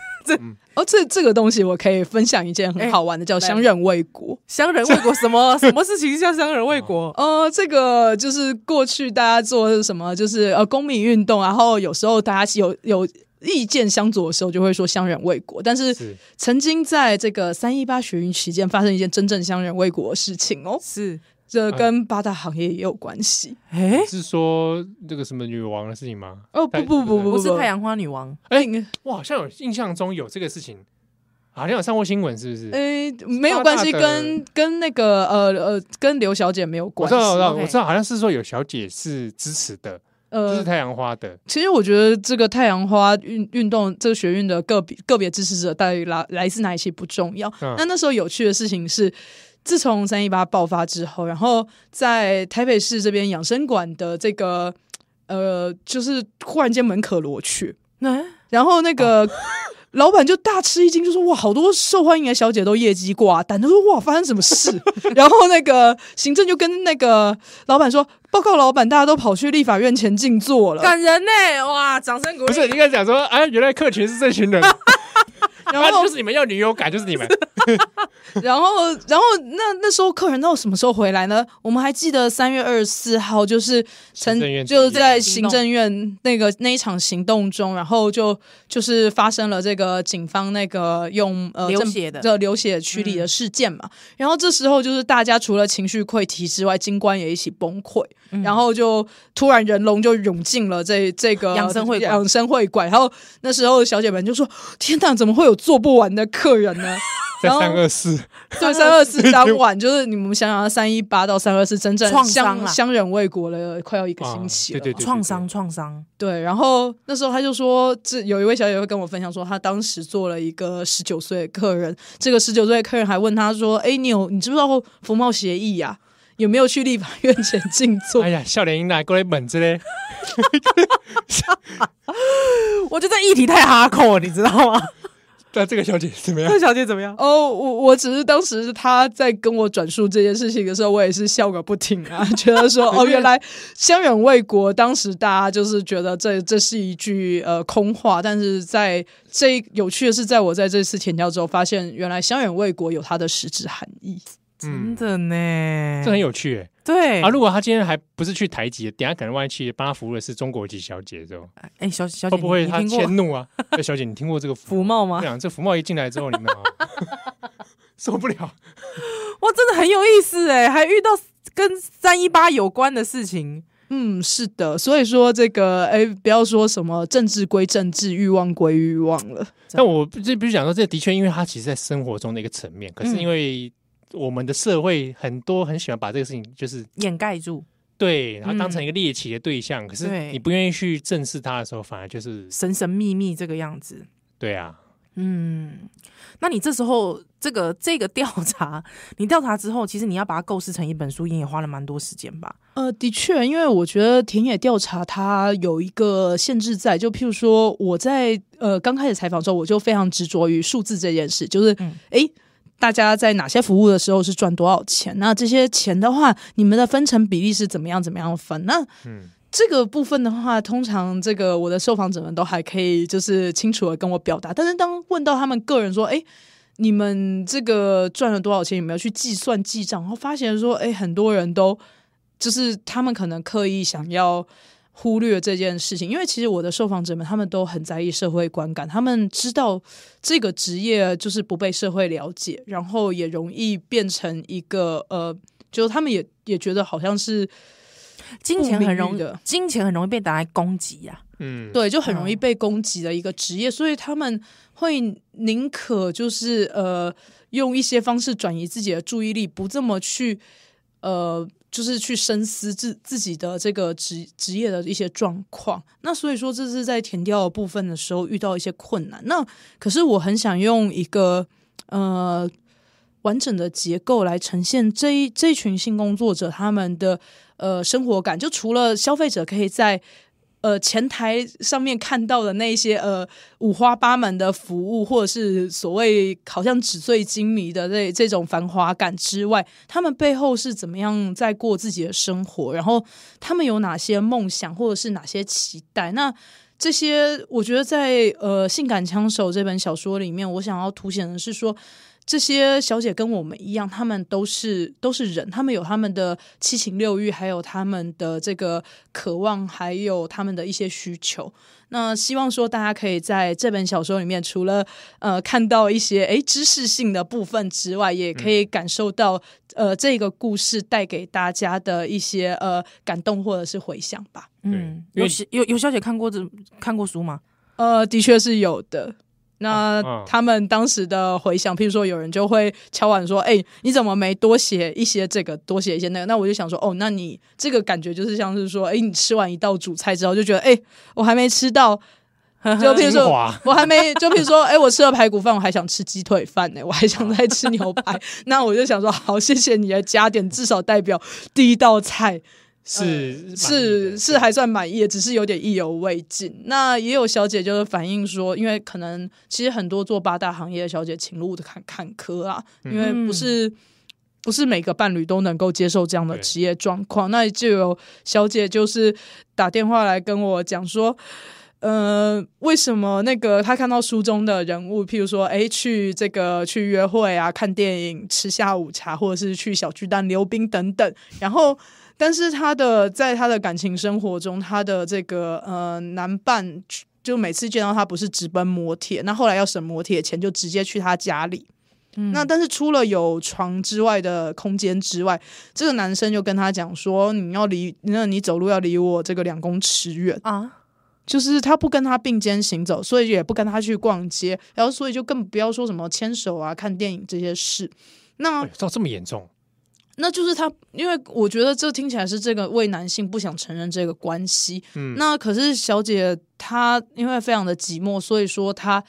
[SPEAKER 3] 哦，这这个东西我可以分享一件很好玩的，叫相忍为国。
[SPEAKER 1] 相人未果，什 么什么事情叫相人未
[SPEAKER 2] 哦
[SPEAKER 1] 果？
[SPEAKER 3] 呃，这个就是过去大家做什么，就是呃公民运动，然后有时候大家有有意见相左的时候，就会说相忍为国。但是
[SPEAKER 2] 是
[SPEAKER 3] 曾经在这个三一八学运期间，发生一件真正相忍为国的事情哦，
[SPEAKER 1] 是，
[SPEAKER 3] 这
[SPEAKER 2] 嗯
[SPEAKER 3] 跟八大行业也有关系。
[SPEAKER 1] 哎
[SPEAKER 2] 你，是说这个什么女王的事情吗？
[SPEAKER 3] 哦，不不不
[SPEAKER 1] 不
[SPEAKER 3] 不
[SPEAKER 1] 是太，阳花女王，
[SPEAKER 2] 哎，我好像有印象中有这个事情，好像有上过新闻，是不是？
[SPEAKER 3] 诶，哎没有关系，
[SPEAKER 2] 哎八大的
[SPEAKER 3] 跟跟那个呃呃，跟刘小姐没有
[SPEAKER 2] 我
[SPEAKER 3] 关
[SPEAKER 2] 知
[SPEAKER 3] 系。
[SPEAKER 2] 道，我知道，
[SPEAKER 1] OK
[SPEAKER 2] 我知道，好像是说有小姐是支持的，
[SPEAKER 3] 呃，
[SPEAKER 2] 这是太阳花的，
[SPEAKER 3] 其实我觉得这个太阳花运运动这个学运的个别个别支持者到底来来自哪一期不重要。
[SPEAKER 2] 嗯
[SPEAKER 3] 那那时候有趣的事情是，自从三一八爆发之后，然后在台北市这边养生馆的这个呃，就是忽然间门可罗雀，
[SPEAKER 1] 那
[SPEAKER 3] 然后那个。 老板就大吃一惊，就说：“哇，好多受欢迎的小姐都业绩挂单。”他说：“哇，发生什么事？” 然后那个行政就跟那个老板说：“报告老板，大家都跑去立法院前静坐了。”
[SPEAKER 1] 感人呢，哇，掌声鼓
[SPEAKER 2] 不
[SPEAKER 1] 励。
[SPEAKER 2] 啊 是应该讲说，哎，原来客群是这群人，啊
[SPEAKER 3] 然后
[SPEAKER 2] 就是你们要女友感，就是你们
[SPEAKER 3] 然后，然后那那时候客人到什么时候回来呢？我们还记得三月二十四号，就是陈
[SPEAKER 2] 行政院
[SPEAKER 3] 就是在
[SPEAKER 1] 行
[SPEAKER 3] 行
[SPEAKER 1] 动
[SPEAKER 3] 政院那个那一场行动中，然后就就是发生了这个警方那个用呃
[SPEAKER 1] 流
[SPEAKER 3] 政
[SPEAKER 1] 血的
[SPEAKER 3] 这流血驱离的事件嘛。然后这时候就是大家除了情绪溃堤之外，精官也一起崩溃，
[SPEAKER 1] 嗯
[SPEAKER 3] 然后就突然人龙就涌进了这这个
[SPEAKER 1] 养生会馆
[SPEAKER 3] 养生会馆。然后那时候小姐们就说：“天哪，怎么会有做不完的客人呢？”
[SPEAKER 2] 在
[SPEAKER 3] 然后
[SPEAKER 2] 三二四，
[SPEAKER 3] 对，三二四当晚就是你们想想，三一八到三二四真正
[SPEAKER 1] 创伤
[SPEAKER 3] 相
[SPEAKER 1] 啦
[SPEAKER 3] 相忍未果了，快要一个星期了
[SPEAKER 2] 啊
[SPEAKER 3] 嘛。
[SPEAKER 2] 对对对
[SPEAKER 1] 创伤创伤，
[SPEAKER 3] 对然后那时候他就说，这有一位小姐会跟我分享说，她当时做了一个十九岁的客人，这个十九岁的客人还问她说：“哎，你有你知不知道服贸协议呀、有没有去立法院前静坐
[SPEAKER 2] 哎？”呀，笑脸英来过来猛子嘞，
[SPEAKER 1] 我觉得这议题太哈扣了，你知道 吗？
[SPEAKER 2] 那这个小姐怎 么样？
[SPEAKER 1] 那小姐怎么样？
[SPEAKER 3] 哦，我我只是当时她在跟我转述这件事情的时候，我也是笑个不停啊， 觉得说哦，原来相忍为国，当时大家就是觉得这这是一句呃空话，但是在这一有趣的是，在我在这次填调之后，发现原来相忍为国有它的实质含义。
[SPEAKER 1] 真的呢，
[SPEAKER 2] 嗯这很有趣哎。
[SPEAKER 1] 对
[SPEAKER 2] 啊，如果他今天还不是去台籍，等一下可能万一去帮他服务的是中国籍小姐，之后
[SPEAKER 1] 哎，小小姐，
[SPEAKER 2] 会不会
[SPEAKER 1] 你
[SPEAKER 2] 他
[SPEAKER 1] 你听过
[SPEAKER 2] 迁怒啊？ 哎，小姐，你听 过这个服
[SPEAKER 1] 福茂吗
[SPEAKER 2] 对？啊，这福茂一进来之后，你们啊 受不
[SPEAKER 3] 啊
[SPEAKER 2] 了，
[SPEAKER 1] 哇，真的很有意思哎，还遇到跟三一八有关的事情，
[SPEAKER 3] 嗯，是的，所以说这个哎，不要说什么政治归政治，欲望归欲望了。
[SPEAKER 2] 但我这必须讲说，这的确，因为它其实在生活中的一个层面，可是
[SPEAKER 1] 嗯
[SPEAKER 2] 因为我们的社会很多很喜欢把这个事情就是
[SPEAKER 1] 掩盖住
[SPEAKER 2] 对，然后当成
[SPEAKER 3] 嗯
[SPEAKER 2] 一个猎奇的对象，可是
[SPEAKER 1] 对
[SPEAKER 2] 你不愿意去正视它的时候，反而就是
[SPEAKER 1] 神神秘秘这个样子。
[SPEAKER 2] 对啊，
[SPEAKER 1] 嗯，那你这时候这个这个调查，你调查之后，其实你要把它构思成一本书，你也花了蛮多时间吧？
[SPEAKER 3] 呃，的确，因为我觉得田野调查它有一个限制在，就譬如说我在呃刚开始采访的时候，我就非常执着于数字这件事，就是
[SPEAKER 1] 嗯
[SPEAKER 3] 诶，大家在哪些服务的时候是赚多少钱？那这些钱的话，你们的分成比例是怎么样怎么样分？那
[SPEAKER 2] 嗯，
[SPEAKER 3] 这个部分的话，通常这个我的受访者们都还可以就是清楚的跟我表达，但是当问到他们个人说，哎，你们这个赚了多少钱，有没有去计算记账？然后发现说，哎，很多人都就是他们可能刻意想要。忽略这件事情，因为其实我的受访者们他们都很在意社会观感，他们知道这个职业就是不被社会了解，然后也容易变成一个呃，就是他们也也觉得好像是
[SPEAKER 1] 金钱很容
[SPEAKER 3] 不
[SPEAKER 1] 易
[SPEAKER 3] 名誉的，
[SPEAKER 1] 金钱很容易被拿来攻击呀、
[SPEAKER 2] 嗯，
[SPEAKER 3] 对，就很容易被攻击的一个职业，所以他们会宁可就是呃，用一些方式转移自己的注意力，不这么去呃，就是去深思自自己的这个职职业的一些状况。那所以说，这是在填掉的部分的时候遇到一些困难。那可是我很想用一个呃完整的结构来呈现这一这一群性工作者他们的呃生活感，就除了消费者可以在呃前台上面看到的那一些呃五花八门的服务，或者是所谓好像纸醉金迷的这这种繁华感之外，他们背后是怎么样在过自己的生活，然后他们有哪些梦想，或者是哪些期待？那这些，我觉得在呃《性感枪手》这本小说里面，我想要凸显的是说，这些小姐跟我们一样，她们都是都是人，她们有她们的七情六欲，还有她们的这个渴望，还有她们的一些需求。那希望说大家可以在这本小说里面，除了呃看到一些诶知识性的部分之外，也可以感受到、呃这个故事带给大家的一些呃感动或者是回响吧。
[SPEAKER 1] 嗯，
[SPEAKER 2] 因为
[SPEAKER 1] 有小有有小姐看过这看过书吗？
[SPEAKER 3] 呃，的确是有的。那
[SPEAKER 2] 啊啊
[SPEAKER 3] 他们当时的回想，譬如说有人就会敲碗说：“哎、你怎么没多写一些这个，多写一些那个？”那我就想说：“哦，那你这个感觉就是像是说，哎、你吃完一道主菜之后，就觉得，哎、我还没吃到， 就啊譬如
[SPEAKER 2] 精
[SPEAKER 3] 说，呃
[SPEAKER 2] 华
[SPEAKER 3] 我还没，就譬如说，哎、我吃了排骨饭，我还想吃鸡腿饭呢、我还想再吃牛排。那我就想说，好，谢谢你的加点，至少代表第一道菜
[SPEAKER 2] 是
[SPEAKER 3] 是是还算满意的，只是有点意犹未尽。那也有小姐就是反映说，因为可能其实很多做八大行业的小姐情路的坎坎坷啊，因为不是。不是每个伴侣都能够接受这样的
[SPEAKER 2] 对
[SPEAKER 3] 职业状况，那就有小姐就是打电话来跟我讲说，呃，为什么那个他看到书中的人物，譬如说，哎，去这个去约会啊，看电影，吃下午茶，或者是去小巨蛋溜冰等等，然后，但是他的在他的感情生活中，他的这个呃男伴就每次见到他不是直奔摩铁，那后来要省摩铁钱，就直接去他家里。那但是除了有床之外的空间之外，这个男生就跟他讲说，你要离，那你走路要离我这个两公尺远，
[SPEAKER 1] 啊，
[SPEAKER 3] 就是他不跟他并肩行走，所以也不跟他去逛街，然后所以就更不要说什么牵手啊、看电影这些事。那
[SPEAKER 2] 哎呦到这么严重，
[SPEAKER 3] 那就是他，因为我觉得这听起来是这个为男性不想承认这个关系。
[SPEAKER 2] 嗯
[SPEAKER 3] 那可是小姐她因为非常的寂寞，所以说她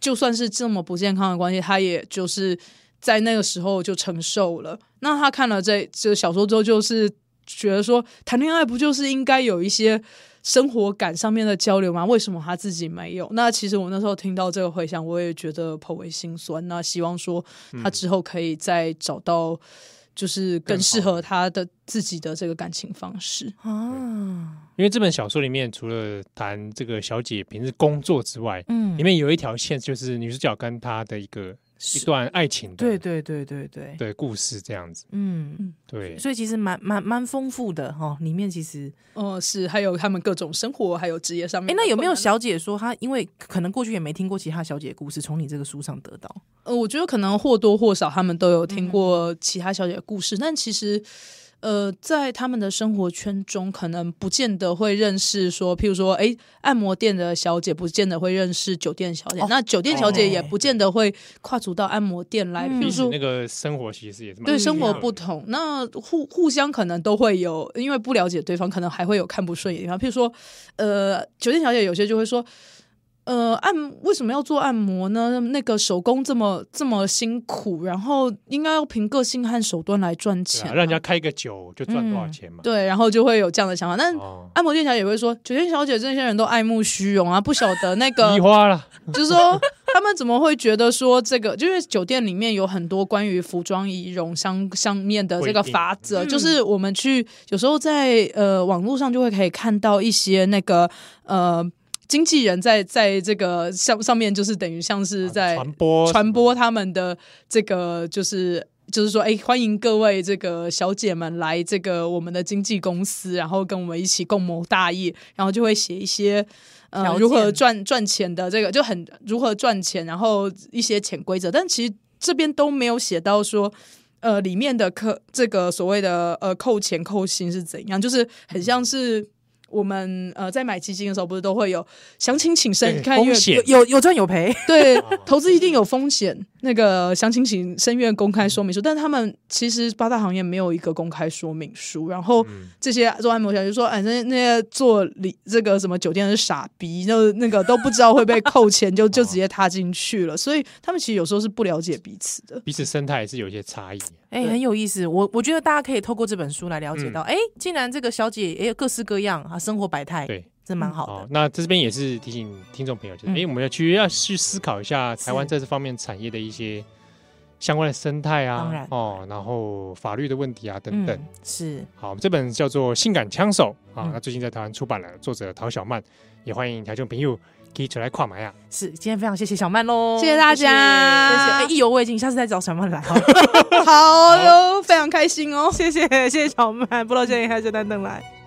[SPEAKER 3] 就算是这么不健康的关系，她也就是在那个时候就承受了。那她看了这这小说之后，就是觉得说谈恋爱不就是应该有一些。生活感上面的交流吗？为什么她自己没有？那其实我那时候听到这个回响，我也觉得颇为心酸。那希望说她之后可以再找到就是嗯更适合他的自己的这个感情方式。
[SPEAKER 1] 啊，
[SPEAKER 2] 因为这本小说里面除了谈这个小姐平时工作之外，
[SPEAKER 1] 嗯
[SPEAKER 2] 里，面有一条线就是女主角跟她的一个一段爱情的
[SPEAKER 1] 对对对对对，
[SPEAKER 2] 的故事这样子。
[SPEAKER 1] 嗯，
[SPEAKER 2] 对，
[SPEAKER 1] 所以其实蛮蛮蛮丰富的哈、里面其实，
[SPEAKER 3] 哦，是，还有他们各种生活，还有职业
[SPEAKER 2] 嗯
[SPEAKER 3] 上
[SPEAKER 1] 哎，
[SPEAKER 3] 面的困难。
[SPEAKER 1] 那有没有小姐说她因为可能过去也没听过其他小姐的故事，从你这个书上得到？
[SPEAKER 3] 呃，我觉得可能或多或少他们都有听过其他小姐的故事，但其实。呃，在他们的生活圈中，可能不见得会认识说，譬如说，哎，按摩店的小姐不见得会认识酒店小姐，
[SPEAKER 1] 哦
[SPEAKER 3] 那酒店小姐也
[SPEAKER 1] 哦
[SPEAKER 3] 不见得会跨足到按摩店来。
[SPEAKER 1] 嗯
[SPEAKER 3] 譬如
[SPEAKER 2] 彼此
[SPEAKER 3] 说，
[SPEAKER 2] 那个生活其实也是蛮嗯不一
[SPEAKER 3] 对
[SPEAKER 2] 样
[SPEAKER 3] 生
[SPEAKER 2] 的
[SPEAKER 3] 活不同，那互互相可能都会有，因为不了解对方，可能还会有看不顺眼的地方。譬如说，呃，酒店小姐有些就会说，呃，按为什么要做按摩呢？那个手工这么这么辛苦，然后应该要凭个性和手段来赚
[SPEAKER 2] 对
[SPEAKER 3] 钱嗯
[SPEAKER 2] 啊
[SPEAKER 3] 啊、
[SPEAKER 2] 让人家开一个酒就赚多少钱嘛。
[SPEAKER 3] 对，然后就会有这样的想法。但
[SPEAKER 2] 哦，
[SPEAKER 3] 按摩店小姐也会说，酒店小姐这些人都爱慕虚荣啊，不晓得那个
[SPEAKER 2] 移花了，
[SPEAKER 3] 就是说他们怎么会觉得说这个，就是酒店里面有很多关于服装仪容相上面的这个法则，
[SPEAKER 1] 规定
[SPEAKER 3] 就是我们去有时候在呃网络上就会可以看到一些那个呃经纪人在在这个上上面就是等于像是
[SPEAKER 1] 啊
[SPEAKER 3] 在
[SPEAKER 2] 传播
[SPEAKER 3] 传播他们的这个就是。就是说，哎、欢迎各位这个小姐们来这个我们的经纪公司，然后跟我们一起共谋大业，然后就会写一些呃
[SPEAKER 1] 条件
[SPEAKER 3] 如何赚赚钱的这个就很如何赚钱，然后一些潜规则，但其实这边都没有写到说。呃，里面的扣这个所谓的呃扣钱扣薪是怎样？就是很像是我们呃在买基金的时候，不是都会有详情请
[SPEAKER 2] 对
[SPEAKER 3] 慎看
[SPEAKER 2] 风
[SPEAKER 3] 阅
[SPEAKER 2] 险，
[SPEAKER 1] 有有赚有赔，
[SPEAKER 3] 对
[SPEAKER 2] 哦，
[SPEAKER 3] 投资一定有风险。那个详情请申院公开说明书，但他们其实八大行业没有一个公开说明书。然后
[SPEAKER 2] 嗯
[SPEAKER 3] 这些做按摩小姐就说：“哎，那那些做理这个什么酒店的傻逼，就那个都不知道会被扣 钱，就
[SPEAKER 2] 哦
[SPEAKER 3] 就直接踏进去了。”所以他们其实有时候是不了解彼此的。
[SPEAKER 2] 彼此生态是有一些差异。
[SPEAKER 1] 哎、
[SPEAKER 3] 对
[SPEAKER 1] 很有意思。我我觉得大家可以透过这本书来了
[SPEAKER 2] 嗯
[SPEAKER 1] 解到，哎、竟然这个小姐也有各式各样啊，生活百
[SPEAKER 3] 哎
[SPEAKER 1] 态，
[SPEAKER 2] 对，
[SPEAKER 1] 这蛮好的。
[SPEAKER 2] 哦，那这边也是提醒听众朋友，就是
[SPEAKER 1] 嗯
[SPEAKER 2] 哎，诶我们要去要去思考一下台湾
[SPEAKER 1] 是
[SPEAKER 2] 在这方面产业的一些相关的生态
[SPEAKER 1] 当然
[SPEAKER 2] 啊，哦，然后法律的问题啊等等
[SPEAKER 1] 嗯。，是
[SPEAKER 2] 好，这本叫做《性感枪手》啊
[SPEAKER 1] 嗯，
[SPEAKER 2] 那最近在台湾出版了，作者陶小曼，也欢迎台中朋友可以出来跨买啊。
[SPEAKER 1] 是，今天非常谢谢小曼喽，
[SPEAKER 3] 谢谢大
[SPEAKER 1] 谢谢，哎、
[SPEAKER 3] 家，
[SPEAKER 1] 意犹未尽，下次再找小曼 来好了。
[SPEAKER 3] 好哟，非常开心哦。
[SPEAKER 1] 谢谢，谢谢小曼，不知道现在还是丹邓来。